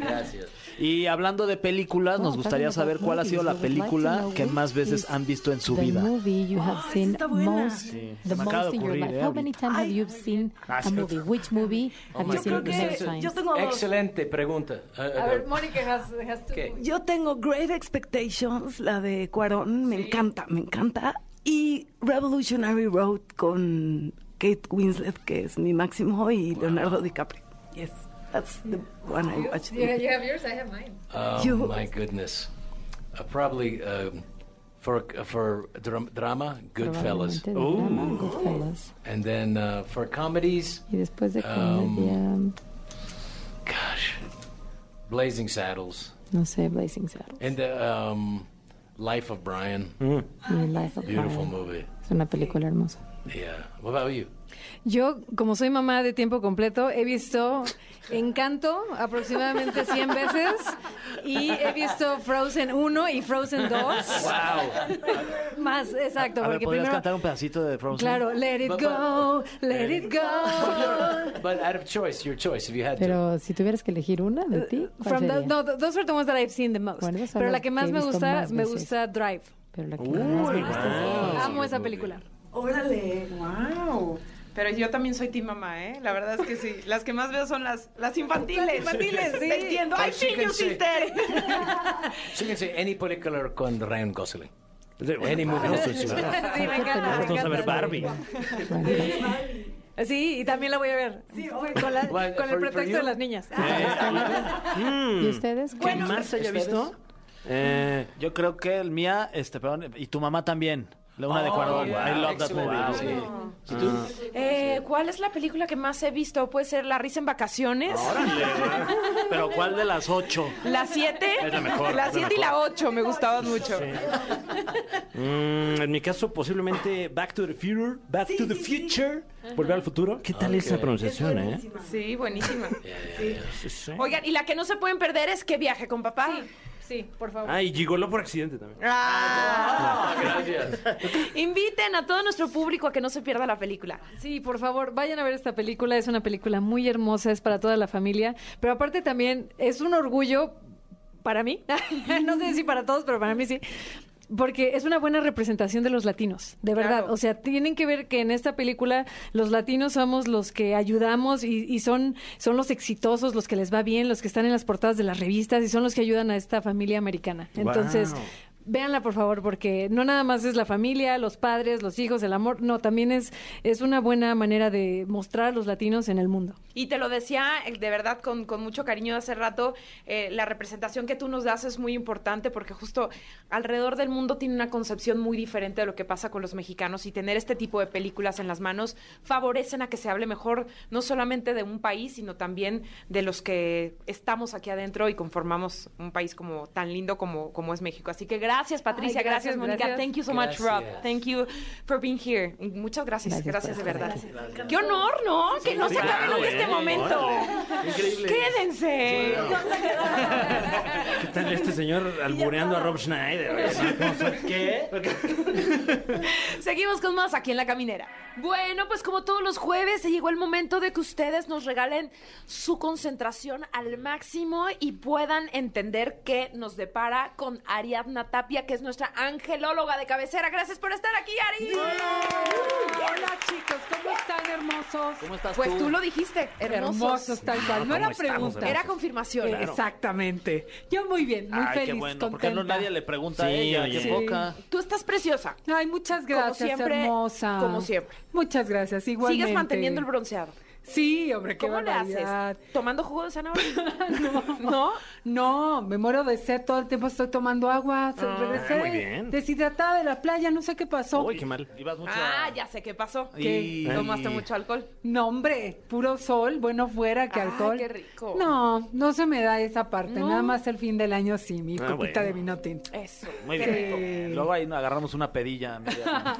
S5: Gracias.
S3: Y hablando de películas,
S6: No,
S3: nos gustaría
S6: talking about
S3: saber cuál ha sido la
S6: movies, we would like to
S3: película
S6: know
S3: que
S6: which
S3: más veces
S6: is
S3: han visto en su
S6: the
S3: vida.
S6: movie you have
S7: esa
S6: seen
S7: está buena.
S6: most, the
S3: se me acaba
S6: most
S3: de
S6: in your
S3: ocurrir,
S6: life.
S3: eh,
S6: How many times have
S7: Ay,
S6: you seen a movie? Which movie have you seen
S7: Yo creo
S6: it the most
S7: que yo
S6: times?
S7: tengo dos.
S5: Oh Excelente pregunta. Uh,
S4: A ver,
S5: uh,
S4: Mónica, has, has to-
S5: Okay.
S7: Yo tengo Great Expectations, la de Cuarón, me encanta, me encanta. Y Revolutionary Road con Kate Winslet, que es mi máximo, y Leonardo DiCaprio. Yes, that's the one I watched.
S4: You, you have yours, I have mine.
S5: oh
S7: you-
S5: my goodness, uh, probably um, for for dram- drama, Goodfellas,
S6: Probablemente de drama, Goodfellas.
S5: and then uh, for comedies, um,
S6: Y después de
S5: Ah.
S6: comedia,
S5: gosh, Blazing Saddles,
S6: no sé, Blazing Saddles.
S5: and the um, Life of Brian,
S4: Ah,
S6: Y Life of
S5: beautiful
S6: Brian.
S5: movie.
S6: Es una película hermosa.
S5: Yeah. What about you?
S4: Yo, como soy mamá de tiempo completo, he visto Encanto aproximadamente 100 veces y he visto Frozen 1 y Frozen 2. Más, exacto,
S3: A ver,
S4: porque
S3: ¿podrías
S4: primero...
S3: cantar un pedacito de Frozen?
S4: Claro, let it
S5: But- but-
S4: go, let it go.
S5: But out of choice, your choice, if you had to.
S6: Pero si tuvieras que elegir una de ti, ¿cuál
S4: Uh, From the,
S6: sería?
S4: no, th- those are the ones that I've seen the most.
S6: Bueno, esas son
S4: Pero la
S6: las
S4: que
S6: que
S4: más
S6: he
S4: me
S6: visto
S4: gusta,
S6: más
S4: me
S6: veces.
S4: gusta Drive.
S6: Pero la que más me gusta
S5: Ah,
S6: es-
S4: Amo esa película.
S7: Órale.
S1: Wow. Pero yo también soy ti mamá, ¿eh? La verdad es que sí. Las que más veo son las, las infantiles.
S4: Las infantiles, sí.
S1: Te entiendo.
S5: But
S1: ¡Ay,
S5: she
S1: sí,
S5: can
S1: you
S5: say-
S1: sister!
S5: She can say any particular con Ryan Gosling.
S2: Bueno,
S5: Any movie.
S4: Sí, me encanta. me
S2: Vamos a ver
S4: encanta.
S2: Barbie.
S4: Sí, y también la voy a ver. con, la-
S5: Well,
S4: con
S5: for-
S4: el
S5: for
S4: pretexto
S5: you? Ah,
S4: de las niñas.
S3: Mm.
S6: ¿Y ustedes?
S2: ¿Qué más haya visto?
S3: Eh, yo creo que el mía, este, perdón, y tu mamá también. La una de
S5: Oh,
S3: Cuarón.
S5: wow.
S3: I love that
S5: Excelente.
S3: movie.
S5: Wow.
S3: Sí.
S5: ¿Y tú?
S1: Eh, ¿Cuál es la película que más he visto? ¿Puede ser La risa en vacaciones?
S3: Pero ¿cuál de las ocho?
S1: ¿La 7?
S3: Es la mejor,
S1: La
S3: es la
S1: 7 y la 8 me gustaban mucho.
S2: Mm, en mi caso, posiblemente Back to the Future. Back to the Future. Volver al futuro. ¿Qué tal esa pronunciación, eh?
S1: Sí, buenísima.
S2: Sí, sí.
S1: Oigan, y la que no se pueden perder es Que viaje con papá.
S4: Sí, por favor.
S2: Ah, y gigoló por accidente también.
S1: Ah.
S5: Gracias.
S1: Inviten a todo nuestro público a que no se pierda la película.
S4: Sí, por favor, vayan a ver esta película. Es una película muy hermosa, es para toda la familia. Pero aparte también es un orgullo para mí. no sé si para todos, pero para mí sí. Porque es una buena representación de los latinos, de verdad.
S1: Claro.
S4: O sea, tienen que ver que en esta película los latinos somos los que ayudamos y, y son, son los exitosos, los que les va bien, los que están en las portadas de las revistas y son los que ayudan a esta familia americana. Entonces,
S2: Wow.
S4: Véanla, por favor, porque no nada más es la familia, los padres, los hijos, el amor. No, también es, es una buena manera de mostrar a los latinos en el mundo.
S1: Y te lo decía eh, de verdad con, con mucho cariño hace rato, eh, la representación que tú nos das es muy importante porque justo alrededor del mundo tiene una concepción muy diferente de lo que pasa con los mexicanos y tener este tipo de películas en las manos favorecen a que se hable mejor no solamente de un país, sino también de los que estamos aquí adentro y conformamos un país como tan lindo como, como es México. Así que Gracias, Patricia.
S8: Ay,
S1: gracias,
S8: gracias,
S1: Mónica.
S8: gracias.
S1: Thank you so much, Rob.
S5: Gracias.
S1: Thank you for being here. Y Muchas gracias. Gracias,
S6: Gracias
S1: de
S6: por
S1: verdad. Qué honor, ¿no? que no
S2: sí,
S1: se acabe
S2: claro,
S1: nunca este
S2: ¿eh?
S1: momento. Quédense.
S2: ¿Qué tal este señor albureando a Rob Schneider? ¿Qué?
S1: Seguimos con más aquí en La Caminera. Bueno, pues como todos los jueves, llegó el momento de que ustedes nos regalen su concentración al máximo y puedan entender qué nos depara con Ariadna Tapia, que es nuestra angelóloga de cabecera. Gracias por estar aquí, Ari.
S4: Hola chicos, ¿cómo están hermosos?
S3: ¿Cómo estás
S1: Pues tú
S3: tú?
S1: lo dijiste, hermoso.
S4: tal
S3: Ah,
S4: cual. No
S2: ¿cómo
S4: era
S2: estamos,
S4: pregunta.
S1: Era
S2: hermosos?
S1: confirmación.
S4: Eh, Exactamente. Yo muy bien, muy
S3: Ay,
S4: feliz,
S3: qué bueno,
S4: contenta.
S3: porque no nadie le pregunta a
S2: Sí,
S3: ella,
S2: oye.
S3: qué
S2: Sí.
S3: poca.
S1: Tú estás preciosa.
S4: Ay, muchas gracias,
S1: siempre,
S4: hermosa.
S1: como siempre.
S4: Muchas gracias, igualmente.
S1: Sigues manteniendo el bronceado.
S4: Sí, hombre, qué
S1: ¿Cómo le
S4: barbaridad.
S1: haces? ¿Tomando jugo de zanahoria? no.
S4: No, me muero de sed, todo el tiempo estoy tomando agua. Se-
S3: Ah,
S4: regresé
S2: muy bien.
S4: deshidratada de la playa, no sé qué pasó.
S2: Uy, qué mal.
S3: Ibas mucho a-
S1: Ah, ya sé qué pasó.
S3: Y-
S1: Tomaste mucho alcohol.
S4: No, hombre, puro sol, bueno fuera que
S1: Ay,
S4: alcohol.
S1: qué rico.
S4: No, no se me da esa parte,
S1: No.
S4: nada más el fin del año sí, mi
S2: Ah,
S4: copita
S2: bueno.
S4: de vino tinto.
S1: Eso.
S3: Muy
S1: qué
S3: bien.
S1: rico.
S4: Eh,
S3: Luego ahí agarramos una pedilla. media-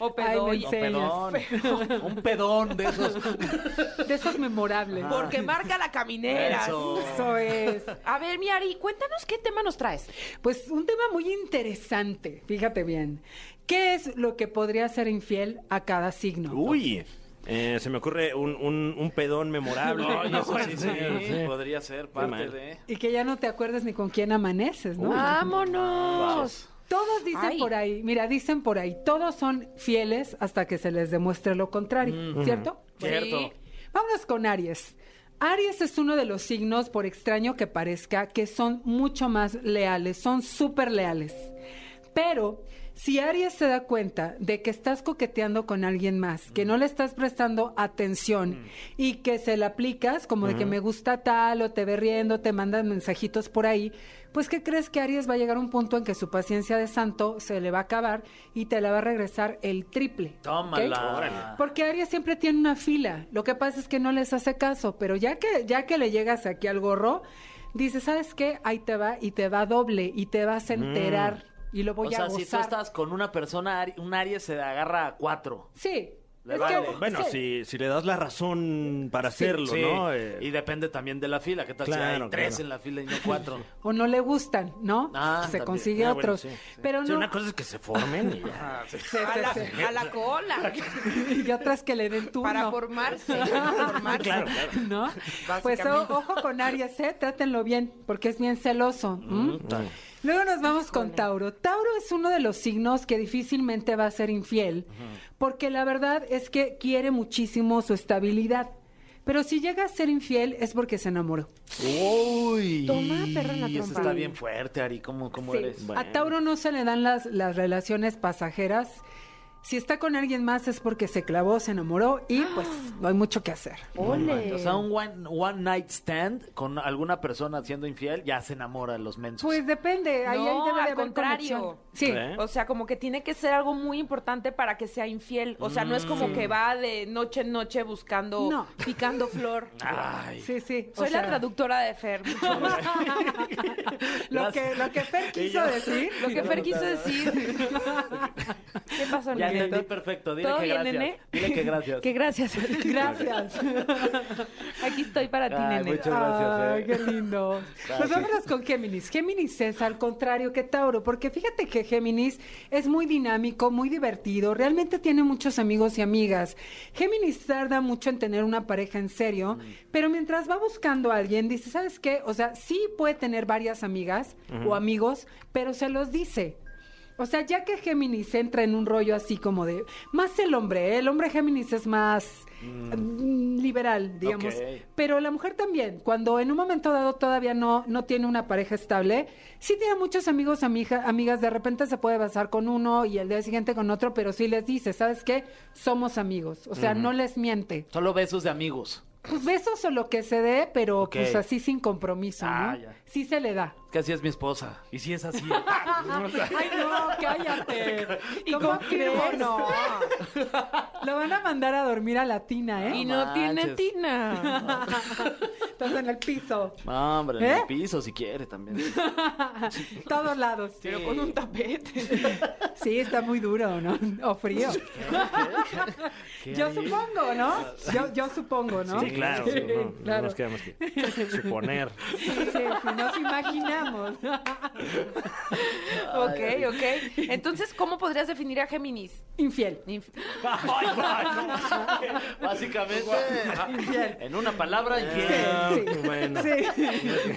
S1: O
S4: Ay, me
S1: pedoy.
S3: No,
S4: enseñas.
S3: pedón. Un pedón de esos.
S4: De esos memorables.
S2: Ah.
S1: Porque marca la caminera.
S3: Eso.
S4: Eso es.
S1: A ver, mi Ari, cuéntanos qué tema nos traes.
S4: Pues un tema muy interesante, fíjate bien. ¿Qué es lo que podría ser infiel a cada signo?
S2: Uy. eh, se me ocurre un, un- un pedón memorable.
S3: Oye,
S2: No,
S3: eso
S4: pues,
S3: sí,
S2: sí,
S3: sí,
S2: sí.
S3: Podría ser
S2: Qué
S3: parte
S2: mal.
S3: de.
S4: Y que ya no te acuerdes ni con quién amaneces, ¿no? Ah.
S1: Vámonos.
S4: Todos dicen
S1: Ay.
S4: por ahí, mira, dicen por ahí, todos son fieles hasta que se les demuestre lo contrario, ¿cierto?
S1: Cierto.
S4: Vámonos con Aries. Aries es uno de los signos, por extraño que parezca, que son mucho más leales, son súper leales. Pero si Aries se da cuenta de que estás coqueteando con alguien más, que no le estás prestando
S3: Mm.
S4: atención y que se le aplicas como de que me gusta tal o te ve riendo, te mandan mensajitos por ahí, pues ¿qué crees que Aries va a llegar a un punto en que su paciencia de santo se le va a acabar y te la va a regresar el triple? ¿ok?
S3: Tómala. Órale.
S4: Porque Aries siempre tiene una fila. Lo que pasa es que no les hace caso, pero ya que ya que le llegas aquí al gorro, dices, "¿Sabes qué? Ahí te va y te va doble y te vas a enterar y lo voy
S3: Mm. o
S4: a
S3: sea,
S4: gozar."
S3: si tú estás con una persona, Ari- un Aries se agarra a cuatro.
S4: Sí.
S3: Le
S4: Es
S3: vale.
S4: que-
S2: Bueno,
S4: sí.
S2: si, si le das la razón para hacerlo,
S3: Sí,
S2: ¿no? Eh,
S3: Y depende también de la fila. ¿Qué tal si
S2: Claro,
S3: hay tres
S2: claro.
S3: en la fila y no cuatro?
S4: O no le gustan, ¿no? Pues
S3: Ah,
S4: se
S3: también.
S4: consigue
S2: ah, bueno,
S4: otros.
S2: sí, sí.
S4: Pero
S2: O sea,
S4: no.
S2: Una cosa es que se formen y ya.
S1: A la, a la cola.
S4: y otras que le den turno.
S1: Para formarse.
S4: Ah,
S1: formarse.
S2: Claro, claro.
S4: ¿No? Pues o- ojo con Aries, ¿eh? Trátenlo bien, porque es bien celoso.
S3: Mm,
S4: ¿m?
S2: Ah,
S4: Luego nos vamos con Tauro. Tauro es uno de los signos que difícilmente va a ser infiel, porque la verdad es que quiere muchísimo su estabilidad. Pero si llega a ser infiel es porque se enamoró.
S3: Uy.
S1: Toma, perra en la
S3: Eso
S1: trompa.
S3: está bien fuerte, Ari. ¿Cómo, cómo
S4: Sí.
S3: eres?
S4: A Tauro no se le dan las, las relaciones pasajeras. Si está con alguien más es porque se clavó, se enamoró y pues no hay mucho que hacer.
S1: Ole.
S3: O sea, un one, one night stand con alguna persona siendo infiel ya se enamora de los mensos.
S4: Pues depende, ahí,
S1: No,
S4: ahí debe de
S1: al
S4: haber
S1: contrario.
S4: conexión. Sí.
S2: ¿Eh?
S1: O sea, como que tiene que ser algo muy importante para que sea infiel. O sea, no es
S3: Mm.
S1: como que va de noche en noche buscando,
S4: No.
S1: picando flor.
S3: Ay.
S4: Sí, sí.
S1: Soy
S4: o
S1: la
S4: sea,
S1: traductora de Fer.
S4: lo, que, lo que Fer quiso decir.
S1: Lo que Fer quiso decir. ¿Qué pasó,
S3: Ya
S1: Nene?
S3: entendí perfecto. Dile
S1: ¿Todo
S3: que
S1: bien,
S3: gracias.
S1: nene?
S3: Dile que gracias.
S1: Que gracias.
S4: Gracias.
S1: Aquí estoy para ti,
S3: Ay,
S1: nene.
S3: muchas gracias.
S4: Ay,
S3: eh.
S4: qué lindo. Pues vámonos con Géminis. Géminis es al contrario que Tauro, porque fíjate que Géminis es muy dinámico, muy divertido, realmente tiene muchos amigos y amigas. Géminis tarda mucho en tener una pareja en serio, pero mientras va buscando a alguien, dice, ¿sabes qué? O sea, sí puede tener varias amigas o amigos, pero se los dice. O sea, ya que Géminis entra en un rollo así como de, más el hombre, ¿eh? el hombre Géminis es más mm, liberal, digamos.
S3: Ok.
S4: Pero la mujer también, cuando en un momento dado todavía no, no tiene una pareja estable, sí tiene muchos amigos, amiga- amigas, de repente se puede basar con uno y al día siguiente con otro, pero sí les dice, ¿sabes qué? Somos amigos, o sea, no les miente.
S3: Solo besos de amigos.
S4: Pues besos o lo que se dé, pero
S3: Ok.
S4: pues así sin compromiso,
S3: Ah,
S4: ¿no?
S3: ya.
S4: Sí se le da.
S3: que así es mi esposa. Y si es así. ¿eh?
S4: Ay, no, cállate.
S1: ¿Y
S4: ¿Cómo
S1: con
S4: crees?
S1: crema? No.
S4: Lo van a mandar a dormir a la tina, ¿eh?
S1: Y no tiene tina.
S4: Todos en el piso.
S3: No, hombre, en
S4: ¿Eh?
S3: el piso si quiere también.
S4: Todos lados.
S1: Pero con un tapete.
S4: Sí, está muy duro, ¿no? O frío. Yo supongo, ¿no? Yo, yo supongo, ¿no?
S2: Sí, claro.
S4: Sí,
S2: no, no
S4: claro.
S2: nos queda más que suponer.
S4: Sí, sí, sí, nos imaginamos.
S1: Ok, ok. Entonces, ¿cómo podrías definir a Géminis?
S4: Infiel.
S1: Inf-
S3: Básicamente,
S4: Infiel.
S3: en una palabra,
S2: Ah,
S4: Sí, sí.
S2: bueno.
S4: Sí.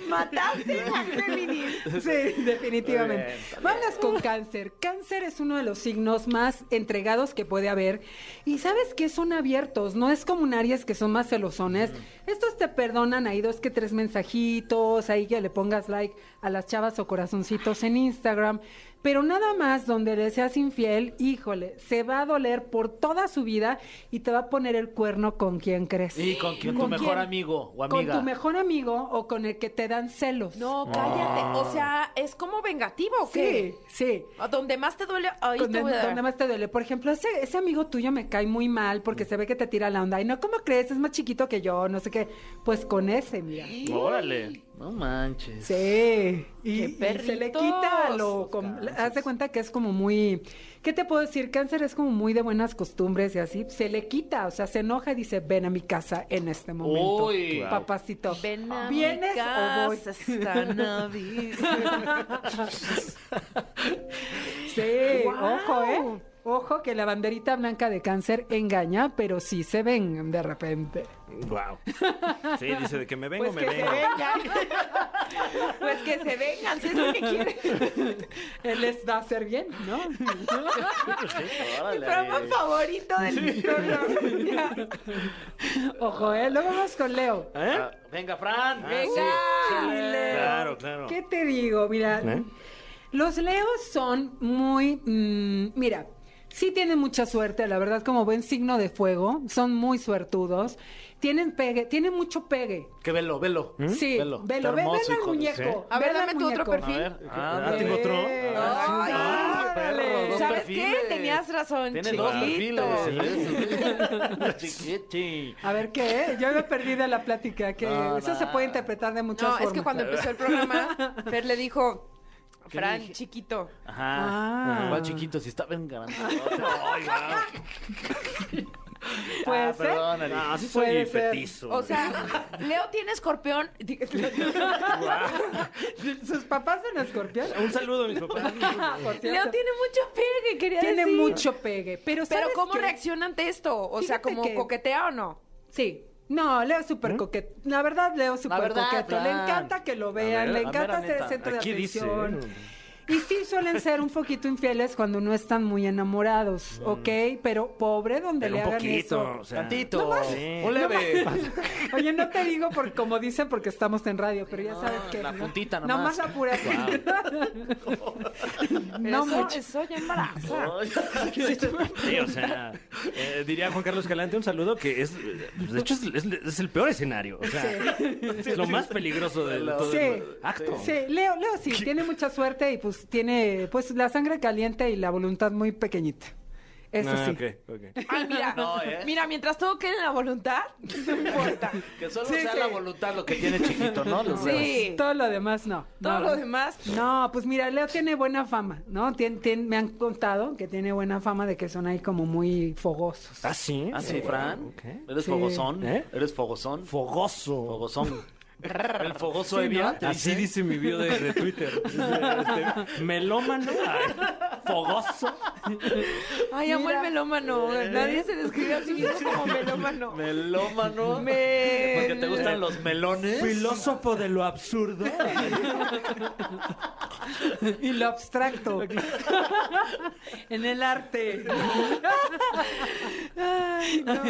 S1: ¡Mataste a Géminis!
S4: Sí, definitivamente.
S3: Muy bien,
S4: Vamos con cáncer. Cáncer es uno de los signos más entregados que puede haber. Y sabes que son abiertos, no es como un Aries que son más celosones.
S3: Mm.
S4: Estos te perdonan ahí dos que tres mensajitos, ahí que le pongas like a las chavas o corazoncitos en Instagram. Pero nada más donde le seas infiel, híjole, se va a doler por toda su vida y te va a poner el cuerno con quien crees.
S3: Y con quien tu mejor amigo o
S4: Con
S3: amiga.
S4: tu mejor amigo o con el que te dan celos.
S1: No, cállate. O sea, es como vengativo, ¿o
S4: Sí,
S1: qué?
S4: sí.
S1: A Donde más te duele, ahí
S4: Con-
S1: te voy a dar.
S4: donde más te duele. Por ejemplo, ese, ese amigo tuyo me cae muy mal porque se ve que te tira la onda. Y no, ¿cómo crees? Es más chiquito que yo, no sé qué. Pues con ese, mira.
S3: Órale. No manches.
S4: Sí. Y,
S1: ¡Qué
S4: y se le
S1: perritos!
S4: quita lo... com- haz de cuenta que es como muy... ¿Qué te puedo decir? Cáncer es como muy de buenas costumbres y así. Se le quita, o sea, se enoja y dice, ven a mi casa en este momento.
S3: Uy.
S4: Papacito.
S1: Ven a
S4: ¿Vienes
S1: mi casa
S4: o voy?
S1: esta Navidad.
S4: Sí,
S1: ¡Guau!
S4: ojo, ¿eh? Ojo que la banderita blanca de cáncer engaña, pero sí se ven de repente.
S2: Wow. Sí, dice de que me vengo,
S4: pues
S2: me
S4: que se
S2: vengo.
S4: vengan.
S1: pues que se vengan, si es lo que quieren.
S4: Él les va a hacer bien, ¿no?
S1: Mi programa favorito del programa.
S4: Ojo, ¿eh? Luego vamos con Leo.
S2: ¿Eh?
S3: Ah, venga, Fran.
S4: ¿Eh? Ay, Leo.
S2: Claro, claro.
S4: ¿Qué te digo? Mira,
S2: ¿Eh?
S4: los leos son muy... mm, mira, sí tienen mucha suerte, la verdad, como buen signo de fuego. Son muy suertudos. Tienen pegue, tienen mucho pegue.
S3: Que velo, velo.
S4: ¿Mm? Sí, velo,
S3: Velo.
S4: velo,
S3: Está hermoso, hijo
S4: ve- velo al
S3: de-
S4: muñeco.
S1: A ver,
S4: velo al
S1: dame tu otro
S4: muñeco.
S3: A
S1: perfil.
S3: ver.
S2: Ah, tengo otro.
S4: Eh,
S1: Ay,
S4: ah,
S3: qué
S4: órale.
S3: perro, dos
S1: ¿Sabes qué?
S3: perfiles.
S1: Tenías razón,
S3: Tiene
S1: chiquito.
S3: dos ¿eh? perfiles. Chiquichi.
S4: A ver, ¿qué? Yo me perdí de la plática. que
S3: No,
S4: Eso se
S3: nada.
S4: puede interpretar de muchas
S1: No,
S4: formas.
S1: es que cuando empezó el programa, Fer le dijo,
S3: ¿Qué
S1: Fran,
S3: dije?
S1: chiquito.
S3: Ajá.
S4: Ah.
S3: ¿Cuál chiquito? Si está bien grande.
S4: Puede
S3: Ah,
S4: ser.
S3: perdón, Ari.
S2: Ah, sí
S4: Puede
S2: soy
S4: ser.
S2: fetizo.
S1: O sea, Leo tiene escorpión.
S4: ¿Sus papás son escorpión?
S2: un saludo a mis papás.
S4: Por cierto.
S1: Leo tiene mucho pegue, quería
S4: Tiene
S1: decir.
S4: mucho pegue. Pero,
S1: Pero
S4: ¿sabes
S1: ¿cómo
S4: qué?
S1: reacciona ante esto? O sea,
S4: Fíjate
S1: ¿como
S4: que-
S1: coquetea o no?
S4: Sí. No, Leo es súper coqueto. La verdad, Leo es súper
S3: verdad,
S4: coqueto. Le
S3: Fran.
S4: encanta que lo vean,
S3: ver,
S4: le
S3: la mera
S4: encanta ser el
S3: neta.
S4: centro de
S2: Aquí dice.
S4: atención. Y sí suelen ser un poquito infieles cuando no están muy enamorados, ¿ok? Pero pobre donde
S2: Pero
S4: le
S2: un
S4: hagan
S2: poquito.
S4: eso.
S2: o sea,
S3: Tantito.
S2: Sí.
S3: Un leve.
S4: Oye, no te digo por como dicen porque estamos en radio, pero ya
S3: No,
S4: sabes que
S3: la
S4: ¿no?
S3: puntita
S4: no
S3: nomás.
S4: más la pura puntita.
S1: No,
S4: no
S1: eso,
S4: mucho.
S1: eso ya embaraza.
S2: Sí, o sea, eh, diría Juan Carlos Calante un saludo que es, eh, pues, de hecho, es, es- es el peor escenario. O sea, es lo más peligroso de todo
S4: Sí,
S2: el acto.
S4: sí, Leo, Leo sí, tiene mucha suerte y pues tiene pues la sangre caliente y la voluntad muy pequeñita. Eso
S2: Ah,
S4: sí.
S2: ok, ok.
S1: Ay, mira,
S3: No, ¿eh?
S1: mira, mientras todo quede en la voluntad, no importa.
S3: Que solo
S4: Sí,
S3: sea
S4: sí.
S3: la voluntad lo que tiene chiquito, ¿no? Los dedos.
S1: Sí.
S4: Todo lo demás no.
S1: Todo
S4: No,
S1: lo
S4: no.
S1: demás.
S4: No, pues mira, Leo tiene buena fama, ¿no? Tien- tien- me han contado que tiene buena fama de que son ahí como muy fogosos.
S2: ¿Ah, sí?
S3: Ah, sí, Fran.
S2: Ok.
S3: ¿Eres
S4: Sí.
S3: fogosón?
S2: ¿Eh?
S3: ¿Eres fogosón?
S2: Fogoso.
S3: Fogosón. El fogoso
S4: Sí,
S3: Evia.
S4: ¿no?
S3: ¿te
S2: Así
S3: dice?
S2: dice mi bio de, de Twitter. Este, melómano, ay, fogoso.
S1: Ay, amo
S4: Mira.
S1: el melómano. Nadie se describe a sí mismo como melómano.
S3: Melómano.
S1: Me-
S3: Porque te gustan los melones.
S2: Filósofo de lo absurdo.
S4: Y lo abstracto. en el arte.
S1: Ay, no.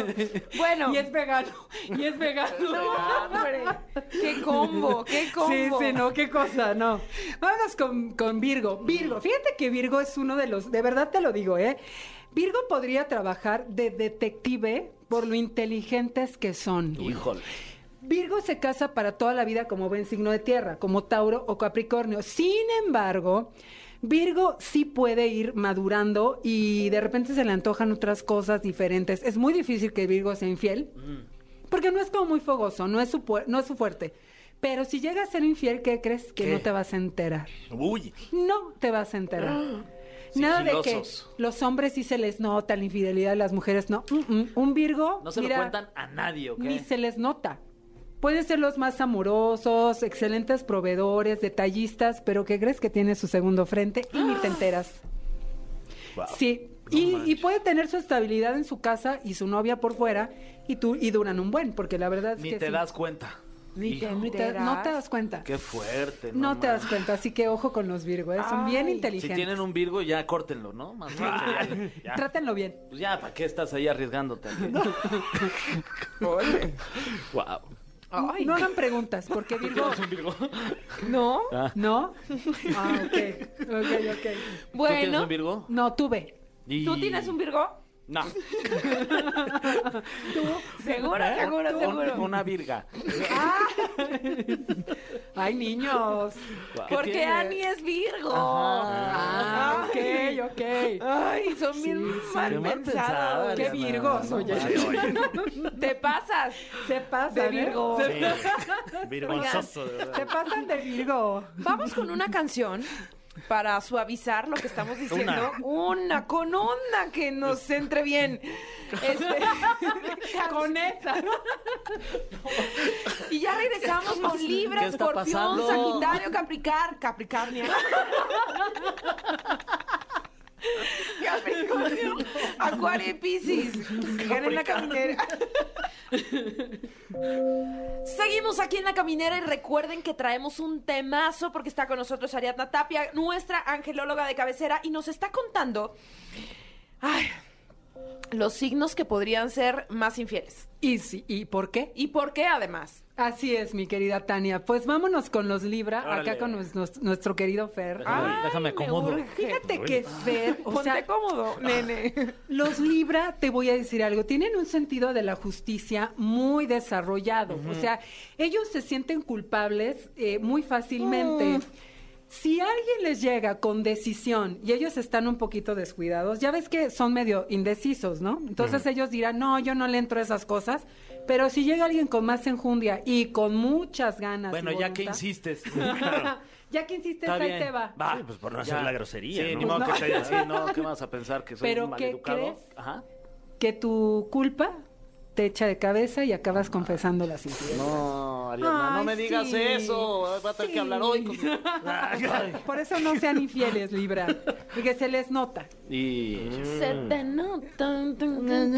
S1: Bueno.
S4: Y es vegano. Y es vegano.
S1: No, Ah, hombre. Qué combo, qué combo.
S4: Sí, sí, no, qué cosa, no. Vámonos con, con Virgo. Virgo, fíjate que Virgo es uno de los, de verdad te lo digo, ¿eh? Virgo podría trabajar de detective por lo inteligentes que son.
S3: Híjole.
S4: De- Virgo se casa para toda la vida como buen signo de tierra, como Tauro o Capricornio. Sin embargo, Virgo sí puede ir madurando y de repente se le antojan otras cosas diferentes. Es muy difícil que Virgo sea infiel,
S11: Mm.
S4: porque no es como muy fogoso, no es su, puer- no es su fuerte. Pero si llega a ser infiel, ¿qué crees? Que
S2: ¿Qué?
S4: no te vas a enterar.
S2: Uy.
S4: No te vas a enterar. Nada de que
S2: Sigilosos.
S4: los hombres sí se les nota la infidelidad de las mujeres, no. Mm, mm. Un Virgo.
S11: No se
S4: mira,
S11: lo cuentan a nadie, ¿ok?
S4: ni se les nota. Pueden ser los más amorosos, excelentes proveedores, detallistas, pero ¿qué crees que tiene su segundo frente? Y
S11: Ah.
S4: ni te enteras. Sí. Y, y puede tener su estabilidad en su casa y su novia por fuera y tú y duran un buen, porque la verdad es
S11: Ni
S4: que
S11: te
S4: sí.
S11: das cuenta.
S4: Ni te-
S11: Hijo,
S4: ni te- no te das cuenta.
S11: Qué fuerte.
S4: No te das
S11: manches.
S4: cuenta, así que ojo con los Virgo, ¿eh? son bien
S11: Ay.
S4: inteligentes.
S11: Si tienen un Virgo, ya córtenlo, ¿no? Más bien, ya, ya.
S4: Trátenlo bien.
S11: Pues ya, ¿para qué estás ahí arriesgándote?
S2: Wow.
S1: Ay.
S4: No hagan preguntas, porque Virgo...
S1: ¿No?
S4: ¿No? Ah, ok. Ok, ok.
S11: ¿Tú tienes
S1: Bueno.
S11: un Virgo?
S4: No, tuve.
S1: ¿Tú tienes un Virgo?
S11: No.
S1: Seguro, seguro,
S11: Un-
S1: seguro.
S11: Una Virga.
S4: Ay, niños.
S1: Porque
S4: tiene?
S1: Ani es Virgo.
S4: Ah, ok,
S1: Ay.
S4: ok.
S1: Ay, son bien mal pensados.
S4: Qué virgos, oye.
S1: Te pasas.
S4: Se ¿eh? pasa,
S1: De Virgo.
S4: Se,
S2: Virgonzoso, de verdad.
S4: se pasan de Virgo.
S1: Vamos con una canción para suavizar lo que estamos diciendo. Una, con onda que nos entre bien. Este, con esa. Y ya regresamos con Libra,
S11: ¿Qué está
S1: Escorpión,
S11: pasando?
S1: Sagitario, Capricar, Capricarnia. Capricornio, Acuario y Piscis. Ganen la caminera. Seguimos aquí en la caminera y recuerden que traemos un temazo porque está con nosotros Ariadna Tapia, nuestra angelóloga de cabecera, y nos está contando ay, los signos que podrían ser más infieles.
S4: ¿Y, sí, ¿Y por qué?
S1: ¿Y por qué además?
S4: Así es, mi querida Tania. Pues vámonos con los Libra,
S2: Órale.
S4: acá con nos- nos- nuestro querido Fer.
S11: Déjame-
S1: Ay,
S11: déjame
S1: me
S11: acomodo.
S1: urge.
S4: Fíjate que Fer, o
S1: Ponte
S4: sea,
S1: cómodo, nene.
S4: Los Libra, te voy a decir algo, tienen un sentido de la justicia muy desarrollado. O sea, ellos se sienten culpables eh, muy fácilmente.
S11: Mm.
S4: Si alguien les llega con decisión y ellos están un poquito descuidados, ya ves que son medio indecisos, ¿no? Entonces ellos dirán, no, yo no le entro a esas cosas. Pero si llega alguien con más enjundia y con muchas ganas. y
S11: Bueno, ya que
S4: voluntad-
S11: insistes.
S4: ya que insistes,
S11: Está
S4: ahí
S11: bien.
S4: te va.
S2: Va. Sí, pues por no hacer la grosería,
S11: Sí,
S2: ¿no?
S11: ni modo que
S4: No.
S11: te diga, sí, no, ¿qué vas a pensar? ¿Que soy
S4: ¿Pero
S11: un
S4: qué
S11: maleducado?
S4: crees?
S11: Ajá.
S4: Que tu culpa te echa de cabeza y acabas confesando las infidelidades.
S11: No, Ariadna, no
S4: Ay,
S11: me digas
S4: sí.
S11: eso. Va a tener que hablar hoy. con-
S4: Por eso no sean infieles, Libra. Porque se les nota.
S11: Y...
S1: Se te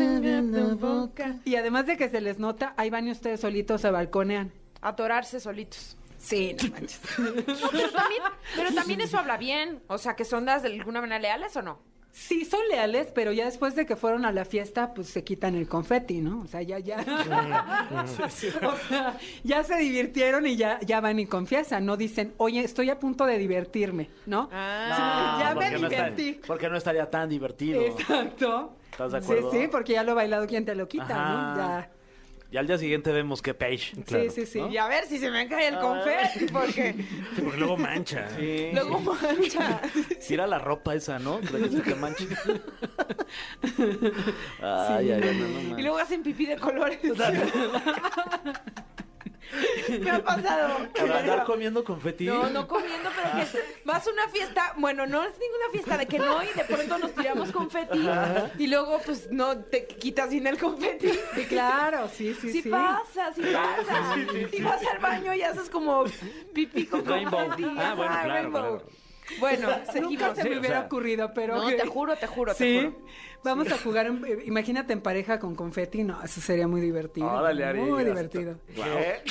S1: nota.
S4: Y además de que se les nota, ahí van y ustedes solitos se balconean.
S1: Atorarse solitos.
S4: Sí, no manches.
S1: No, pero también, pero también eso habla bien. O sea, que son las de alguna manera leales o no.
S4: Sí, son leales, pero ya después de que fueron a la fiesta, pues se quitan el confeti, ¿no? O sea, ya, ya. O sea, ya se divirtieron y ya, ya van y confiesan. No dicen, oye, estoy a punto de divertirme, ¿no?
S1: Ah.
S11: No, Ah,
S4: ya me
S11: porque no estaría-
S4: divertí.
S11: porque no estaría tan divertido.
S4: Exacto.
S11: ¿Estás de acuerdo?
S4: Sí, sí, porque ya lo bailado, ¿quién te lo quita,
S11: Ajá.
S4: no? Ya.
S11: Y al día siguiente vemos que page.
S4: sí, sí, sí.
S1: Y a ver si se me cae el confeti, porque
S2: Sí, porque luego
S11: Ah,
S2: mancha.
S1: luego mancha.
S11: Tira la ropa esa, ¿no? Para que se te manche. Ay, Ariadna, no
S1: Y
S11: manches.
S1: luego hacen pipí de colores. Me ha pasado?
S11: Por andar comiendo confeti.
S1: No, no comiendo, pero que vas a una fiesta, bueno, no es ninguna fiesta de que no y de pronto nos tiramos confeti y luego pues no te quitas sin el confeti.
S4: Sí, Ah, claro, sí, sí,
S1: Sí,
S4: sí.
S1: pasa, sí pasa. y vas al baño y haces como pipí con
S11: Rainbow.
S1: confeti.
S2: Ah, bueno,
S1: Ajá,
S2: claro,
S1: rainbow.
S2: claro.
S1: Bueno,
S4: Nunca
S1: seguimos.
S4: se me
S2: o
S4: hubiera
S2: sea,
S4: ocurrido, pero...
S1: No,
S4: ok.
S1: te juro, te juro, te
S4: Sí,
S1: juro.
S4: vamos a jugar, en- eh, imagínate en pareja con confeti, no, eso sería muy divertido.
S2: Ah,
S11: Órale, Ari,
S4: Muy
S11: hasta-
S4: divertido.
S11: ¿Qué?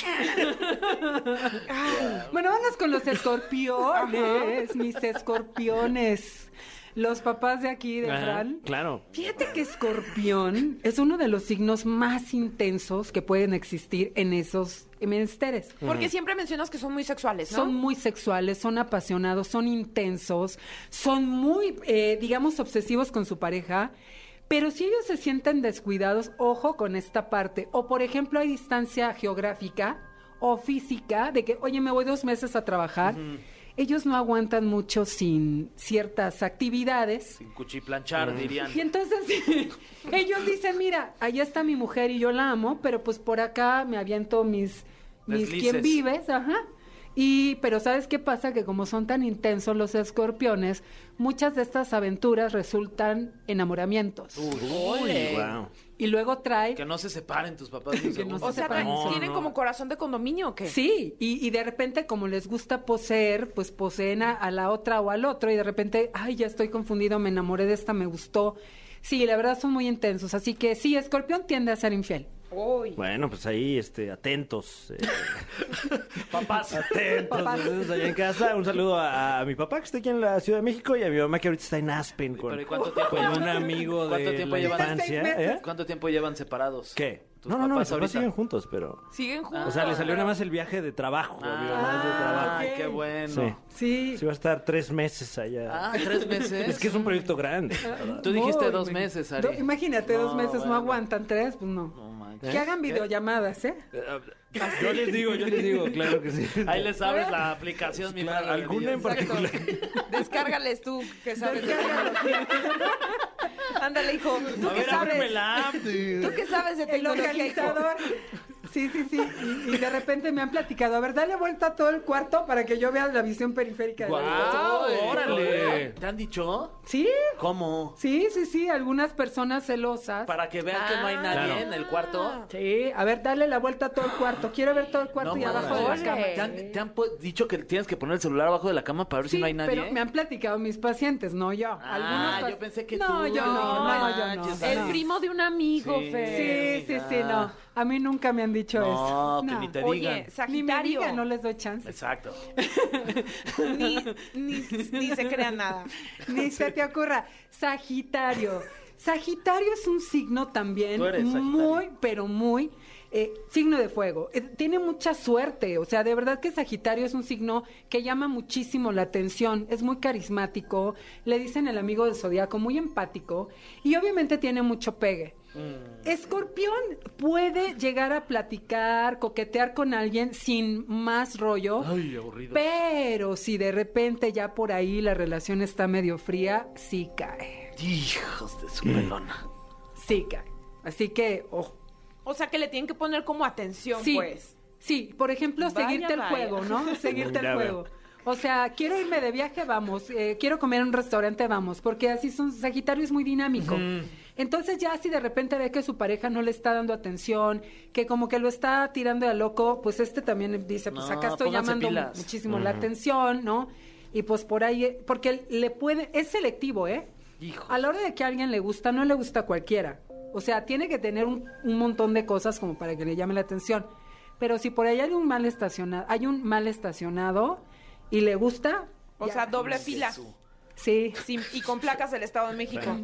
S4: Bueno, vamos con los escorpiones, mis escorpiones. Los papás de aquí, de
S2: Ajá,
S4: Fran.
S2: Claro.
S4: Fíjate que escorpión es uno de los signos más intensos que pueden existir en esos menesteres.
S1: Porque siempre mencionas que son muy sexuales, ¿no?
S4: Son muy sexuales, son apasionados, son intensos, son muy, eh, digamos, obsesivos con su pareja, Pero si ellos se sienten descuidados, ojo con esta parte. O por ejemplo, hay distancia geográfica o física de que, oye, me voy dos meses a trabajar. Ellos no aguantan mucho sin ciertas actividades.
S11: Sin cuchiplanchar,
S3: Mm.
S11: dirían.
S4: Y entonces ellos dicen, mira, allá está mi mujer y yo la amo, pero pues por acá me aviento mis, mis
S11: Deslices.
S4: quién vives, ajá. Y, pero ¿sabes qué pasa? Que como son tan intensos los escorpiones, muchas de estas aventuras resultan enamoramientos.
S11: Uy,
S2: Wow.
S4: Y luego trae...
S11: Que no se separen tus papás. ni un
S4: Que no
S11: segundo.
S1: O sea,
S4: sepan.
S1: tra-
S4: No,
S1: ¿tienen
S2: no.
S1: como corazón de condominio o qué?
S4: Sí, y, y de repente como les gusta poseer, pues poseen a, a la otra o al otro y de repente, ay, ya estoy confundido, me enamoré de esta, me gustó. Sí, la verdad son muy intensos, así que sí, escorpión tiende a ser infiel.
S1: Uy.
S2: Bueno, pues ahí, este, atentos. eh,
S11: Papás.
S2: atentos. ustedes allá en casa, un saludo a, a mi papá que está aquí en la Ciudad de México y a mi mamá que ahorita está en Aspen con,
S11: Pero, ¿y cuánto tiempo
S2: con
S11: llevan?
S2: un amigo
S11: ¿Cuánto
S2: de
S11: tiempo
S2: la
S11: llevan?
S2: infancia.
S4: Seis meses.
S2: ¿eh?
S11: ¿Cuánto tiempo llevan separados?
S2: ¿Qué?
S11: Tus
S2: No, no, no, mis
S11: papás
S2: papás
S11: ahorita.
S2: siguen juntos, pero...
S1: Siguen juntos.
S2: O sea, le salió
S1: pero-
S2: nada más el viaje de trabajo. a mi mamá es de trabajo.
S11: Ah,
S4: ok.
S11: qué bueno.
S2: Sí.
S4: Sí.
S2: Sí, va a estar tres meses allá.
S11: Ah, tres meses.
S2: es que es un proyecto grande. la verdad.
S11: Tú dijiste
S4: Muy,
S11: dos
S4: muy-
S11: meses, Ari.
S4: Do- imagínate,
S11: No,
S4: dos meses
S11: bueno.
S4: no aguantan, tres, pues no.
S11: No manches.
S4: Que hagan
S11: ¿Qué?
S4: videollamadas, ¿eh?
S2: Yo les digo, yo les digo, claro que sí.
S11: Ahí les abres la aplicación, mi
S2: Claro,
S11: madre,
S2: alguna en
S11: Dios.
S1: Exacto.
S2: particular.
S1: Descárgales tú, que sabes. Ándale, hijo. ¿Tú
S11: A
S1: qué
S11: ver, ábreme
S1: sabes?
S11: la app.
S1: ¿Tú qué sabes de
S4: El
S1: tecnología, hijo?
S4: localizador. Sí, sí, sí. Y, y de repente me han platicado, a ver, dale vuelta a todo el cuarto para que yo vea la visión periférica. de la vida.
S11: ¡Guau!
S2: Ay.
S11: ¡Órale! ¿Te han dicho?
S4: Sí,
S11: ¿Cómo?
S4: sí, sí, sí. Algunas personas celosas.
S11: Para que vean que no hay nadie en el cuarto.
S4: Sí, a ver, dale la vuelta a todo el cuarto. Quiero ver todo el Ah, cuarto
S11: No
S4: y abajo de
S11: manches.
S4: la
S1: manches.
S4: cama.
S11: ¿Te han, te han pu- dicho que tienes que poner el celular abajo de la cama para ver si
S4: Sí,
S11: no hay nadie? ¿eh?
S4: pero me han platicado mis pacientes, no yo.
S11: Ah,
S4: Algunos pa-
S11: yo pensé que
S4: no,
S11: tú.
S4: Yo no,
S1: No,
S4: no, yo no.
S11: manches,
S1: El
S4: No.
S1: primo de un amigo,
S11: Sí.
S1: Fer.
S4: Sí, sí, sí,
S11: Ah.
S4: no. A mí nunca me han dicho
S11: No,
S4: eso.
S11: que ni te digan.
S1: Oye,
S4: Ni me
S1: Sagitario.
S4: digan, no les doy chance.
S11: Exacto.
S1: ni, ni, ni se crean nada.
S4: Ni se te ocurra. Sagitario. Sagitario es un signo también
S11: Tú eres Sagitario.
S4: muy, pero muy eh, signo de fuego. Eh, tiene mucha suerte. O sea, de verdad que Sagitario es un signo que llama muchísimo la atención. Es muy carismático. Le dicen el amigo del zodiaco, muy empático. Y obviamente tiene mucho pegue.
S11: Mm.
S4: Escorpión puede llegar a platicar, coquetear con alguien sin más rollo.
S11: Ay, aburrido.
S4: Pero si de repente ya por ahí la relación está medio fría, sí cae.
S11: Hijos de su pelona.
S4: Sí cae. Así que, ojo.
S1: O sea, que le tienen que poner como atención,
S4: Sí.
S1: pues.
S4: Sí, por ejemplo,
S1: Vaya,
S4: seguirte
S1: vaya.
S4: el juego, ¿no? Seguirte
S2: Ya veo.
S4: el juego. O sea, quiero irme de viaje, vamos. Eh, quiero comer en un restaurante, vamos. Porque así son. Sagitario es muy dinámico. Entonces, ya si de repente ve que su pareja no le está dando atención, que como que lo está tirando de loco, pues este también dice: Pues
S11: No,
S4: acá estoy
S11: pónganse
S4: llamando mu-
S11: pilas.
S4: muchísimo la atención, ¿no? Y pues por ahí, eh, porque le puede. Es selectivo, ¿eh?
S11: Hijo.
S4: A la hora de que a alguien le gusta, no le gusta a cualquiera. O sea, tiene que tener un, un montón de cosas como para que le llame la atención. Pero si por ahí hay un mal estacionado, hay un mal estacionado y le gusta,
S1: O
S4: ya.
S1: sea, doble fila.
S4: sí,
S1: Sin- y con placas del Estado de México.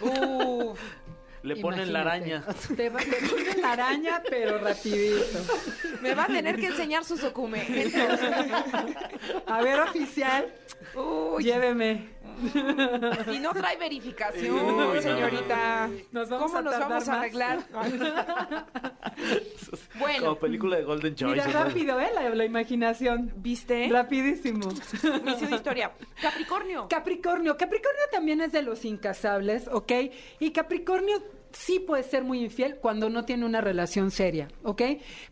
S1: Uf.
S11: Le ponen la araña.
S4: te va te ponen la araña, pero rapidito.
S1: Me va a tener que enseñar sus documentos.
S4: A ver, oficial,
S1: Uy.
S4: lléveme.
S1: Y no trae verificación,
S11: Uy, no.
S1: señorita.
S4: Nos vamos
S1: ¿Cómo
S4: a
S1: nos
S4: tardar
S1: vamos a
S4: más?
S1: arreglar?
S11: Como
S1: bueno,
S11: película de Golden Choice.
S4: Mira, rápido, ¿eh? La, la imaginación.
S1: ¿viste?
S4: Rapidísimo.
S1: Inicio de historia. Capricornio.
S4: Capricornio. Capricornio también es de los incasables, ¿ok? Y Capricornio sí puede ser muy infiel cuando no tiene una relación seria, ¿ok?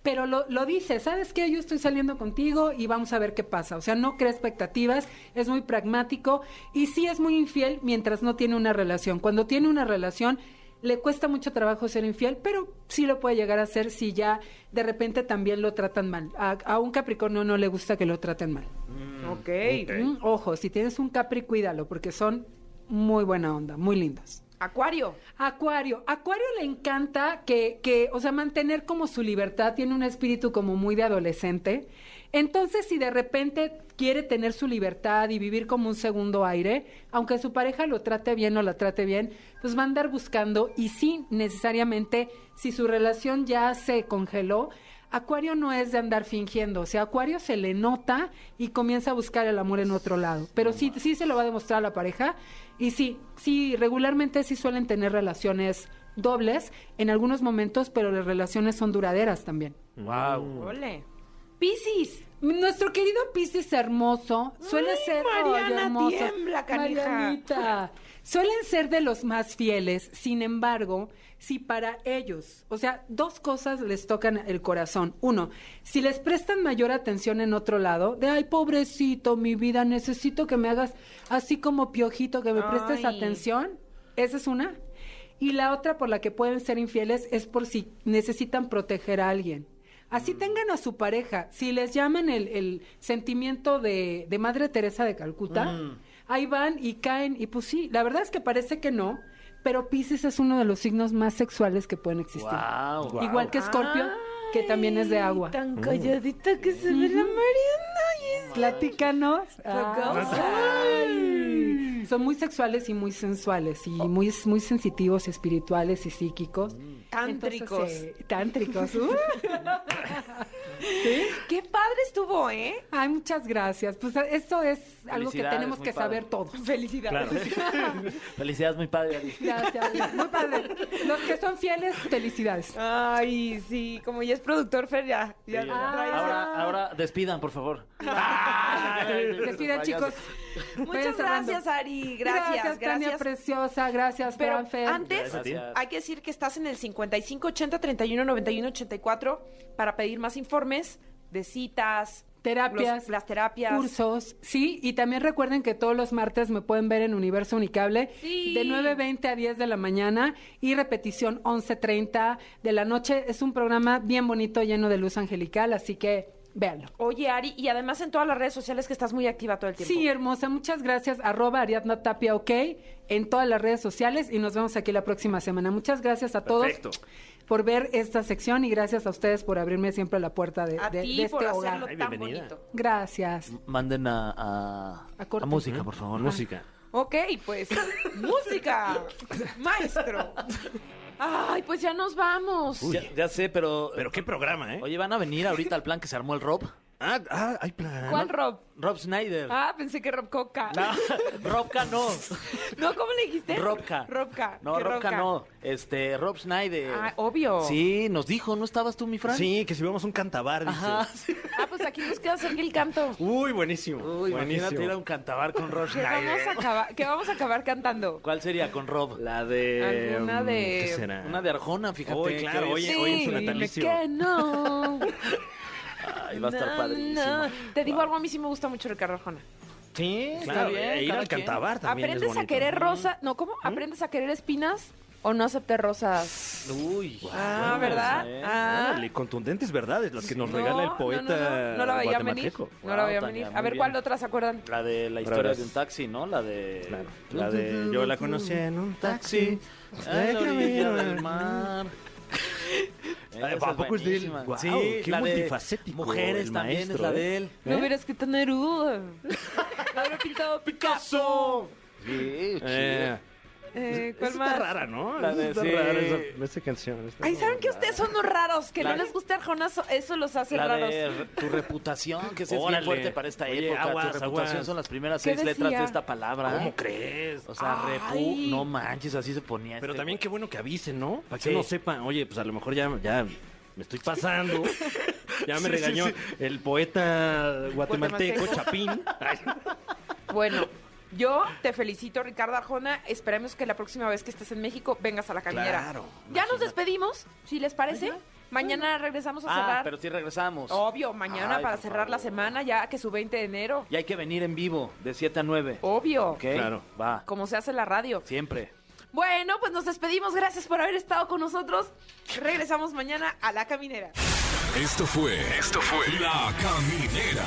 S4: Pero lo, lo dice, ¿sabes qué? Yo estoy saliendo contigo y vamos a ver qué pasa. O sea, no crea expectativas, es muy pragmático y sí es muy infiel mientras no tiene una relación. Cuando tiene una relación... Le cuesta mucho trabajo ser infiel, pero sí lo puede llegar a ser si ya de repente también lo tratan mal. A, a un Capricornio no le gusta que lo traten mal.
S1: ok.
S4: Mm, Ojo, si tienes un Capri, cuídalo, porque son muy buena onda, muy lindos.
S1: Acuario.
S4: Acuario, Acuario le encanta que, que, o sea, mantener como su libertad, tiene un espíritu como muy de adolescente. Entonces, si de repente quiere tener su libertad y vivir como un segundo aire, aunque su pareja lo trate bien o la trate bien, pues va a andar buscando y sí, necesariamente, si su relación ya se congeló, Acuario no es de andar fingiendo, o sea, Acuario se le nota y comienza a buscar el amor en otro lado, pero sí, sí se lo va a demostrar a la pareja y sí, sí, regularmente sí suelen tener relaciones dobles en algunos momentos, pero las relaciones son duraderas también.
S2: Wow.
S1: Ole. Piscis.
S4: Nuestro querido Piscis hermoso suele
S1: Ay,
S4: ser ay,
S1: Mariana
S4: hermoso.
S1: tiembla, canija.
S4: Marianita. Suelen ser de los más fieles, sin embargo, si para ellos, o sea, dos cosas les tocan el corazón. Uno, si les prestan mayor atención en otro lado, de ay, pobrecito, mi vida, necesito que me hagas así como piojito, que me prestes
S1: Ay.
S4: atención. Esa es una. Y la otra por la que pueden ser infieles es por si necesitan proteger a alguien. Así
S7: Mm.
S4: tengan a su pareja. Si les llaman el, el sentimiento de, de Madre Teresa de Calcuta,
S7: Mm.
S4: ahí van y caen. Y pues sí, la verdad es que parece que no, pero Pisces es uno de los signos más sexuales que pueden existir.
S3: Wow.
S4: Igual que Escorpio, que también es de agua.
S7: Tan calladita que se ve la Mariana. y es-
S4: Platícanos. Ah.
S7: Ay.
S4: Son muy sexuales y muy sensuales y muy, muy sensitivos, espirituales y psíquicos.
S1: Tántricos.
S4: Entonces, eh, tántricos. ¡uh! ¿Sí?
S1: Qué padre estuvo, ¿eh?
S4: Ay, muchas gracias. Pues a- esto es algo que
S3: Felicidades,
S4: tenemos
S3: muy
S4: que
S3: padre.
S4: saber todos.
S1: Felicidades.
S3: Felicidades, muy padre. Ari.
S4: Gracias. Muy padre. Los que son fieles, felicidades.
S1: Ay, sí, como ya es productor Fer, ya, ya trae
S3: Sí,
S1: ese-
S4: Ah,
S3: Ahora, ahora despidan, por favor.
S4: Despidan, chicos. Vayan
S1: Muchas
S4: cerrando.
S1: gracias, Ari. Gracias, gracias.
S4: Tania preciosa. Gracias,
S1: Pero
S4: Juanfer.
S1: antes,
S2: Gracias a ti.
S1: hay que decir que estás en el 55 80 31 91 84 para pedir más informes de citas,
S4: Terapias.
S1: los- las terapias.
S4: Cursos, sí, y también recuerden que todos los martes me pueden ver en Universo Unicable
S1: Sí.
S4: de 9.20 a 10 de la mañana y repetición 11.30 de la noche. Es un programa bien bonito, lleno de luz angelical, así que véanlo.
S1: Oye, Ari, y además en todas las redes sociales que estás muy activa todo el tiempo.
S4: Sí, hermosa, muchas gracias. Arroba Ariadna Tapia, ok, en todas las redes sociales y nos vemos aquí la próxima semana. Muchas gracias a todos
S2: Perfecto.
S4: por ver esta sección y gracias a ustedes por abrirme siempre la puerta de,
S1: a
S4: de-
S1: ti
S4: de este
S1: por hacerlo
S4: hogar.
S2: Ay,
S1: tan
S2: bienvenida.
S1: bonito.
S4: Gracias.
S3: Manden a, a,
S4: A corte.
S3: a música, por favor.
S2: Música.
S1: Ok, pues, música, maestro. Ay, pues ya nos vamos.
S3: Ya, ya sé, pero...
S2: Pero qué programa, ¿eh?
S3: Oye, ¿van a venir ahorita al plan que se armó el Rob?
S2: Ah, ah, hay plan.
S1: ¿Cuál Rob?
S3: Rob Snyder.
S1: Ah, pensé que Rob Coca.
S3: No, Robka no.
S1: No, ¿cómo le dijiste?
S3: Robka.
S1: Robka.
S3: No,
S1: ¿Qué
S3: Robka no. Este, Rob Snyder.
S1: Ah, obvio.
S3: Sí, nos dijo, ¿no estabas tú, mi Fran?
S2: Sí, que si vamos a un cantabar, dice.
S3: Ajá. sí.
S1: Ah, pues aquí nos queda cerca el canto.
S2: Uy, buenísimo.
S3: Uy, imagínate ir a
S2: buenísimo.
S3: un cantabar con Rob
S1: Que vamos a
S3: Schneider.
S1: acabar, que vamos a acabar cantando.
S3: ¿Cuál sería con Rob?
S2: La de.
S1: Alguna
S2: mm,
S1: de-
S2: ¿Qué será?
S3: Una de Arjona, fíjate.
S2: Hoy, claro,
S3: que
S2: hoy,
S3: es-
S2: hoy en su
S4: Dime
S2: natalicio.
S4: que no.
S3: Ay, va a estar padrísimo.
S1: No, no. Te digo algo, a mí sí me gusta mucho Ricardo Arjona.
S3: Sí, está
S2: Claro,
S3: bien,
S2: e ir
S3: cada
S2: al
S3: quien.
S2: cantabar también.
S1: ¿Aprendes
S2: es
S1: a
S2: bonito. Mm.
S1: querer rosa? No, ¿cómo? ¿Aprendes a querer espinas o no aceptar rosas?
S3: Uy.
S1: Ah,
S2: buenas,
S1: ¿verdad?
S3: eh.
S1: Ah.
S2: Órale, contundentes verdades las que nos
S1: No,
S2: regala el
S1: no,
S2: poeta
S1: No, no, no la veía venir.
S2: guatemalteco.
S1: No la
S3: Wow,
S1: veía
S3: Tania,
S1: venir. A
S3: muy
S1: ver,
S3: bien.
S1: ¿cuál otra se acuerdan?
S2: ¿Eh?
S3: La de la historia de un taxi, ¿no? La de...
S2: Claro, la de yo la conocí en un taxi.
S3: Ah, Ay, la orilla
S2: Déjame
S3: del
S2: ver.
S3: mar.
S2: ¿A poco es de él?
S3: buenísima.
S2: Guau,
S3: Sí,
S2: qué
S3: la de
S2: multifacético
S3: Mujeres
S2: el
S3: también es
S2: maestro,
S3: la
S2: ¿eh?
S3: de él.
S1: No hubiera escrito Neruda. No hubiera pintado eh, Picasso.
S3: Sí,
S2: Eh,
S1: Eh,
S2: esa
S1: ¿Cuál
S2: está
S1: más?
S2: rara, ¿no?
S3: La
S2: Esa
S3: de-
S2: está
S3: sí.
S2: rara esa, esa canción. está
S1: Ay,
S2: rara.
S1: ¿saben que ustedes son unos raros? Que
S3: La-
S1: no les gusta Arjona, so- eso los hace
S3: La
S1: raros.
S3: de re- tu reputación, que sí es bien
S2: Órale.
S3: fuerte para esta
S2: Oye,
S3: época.
S2: aguas,
S3: tu reputación
S2: aguas.
S3: son las primeras
S1: ¿Qué
S3: seis letras
S1: decía?
S3: de esta palabra.
S2: ¿Cómo crees?
S3: O sea,
S1: Ay.
S3: repu, no manches, así se ponía.
S2: Pero
S3: este
S2: también
S3: güey.
S2: qué bueno que avisen, ¿no? Para que
S3: Sí.
S2: uno sepa, oye, pues a lo mejor ya, ya me estoy pasando. Ya me
S3: Sí, sí,
S2: regañó
S3: sí.
S2: el poeta
S1: Guatemalteco.
S2: guatemalteco, Chapín. Ay,
S1: Bueno, yo te felicito, Ricardo Arjona. Esperemos que la próxima vez que estés en México vengas a la caminera.
S2: Claro,
S1: ya nos despedimos, si les parece. Mañana regresamos a
S3: Ah,
S1: cerrar.
S3: pero sí regresamos.
S1: Obvio, mañana
S3: Ay,
S1: para
S3: por
S1: cerrar la
S3: favor.
S1: semana, ya que su 20 de enero.
S3: Y hay que venir en vivo, de 7 a 9.
S1: Obvio.
S3: ¿Ok?
S2: Claro.
S3: Va.
S1: Como se hace la radio.
S3: Siempre.
S1: Bueno, pues nos despedimos. Gracias por haber estado con nosotros. Regresamos mañana a la caminera.
S9: Esto fue. Esto fue. La Caminera.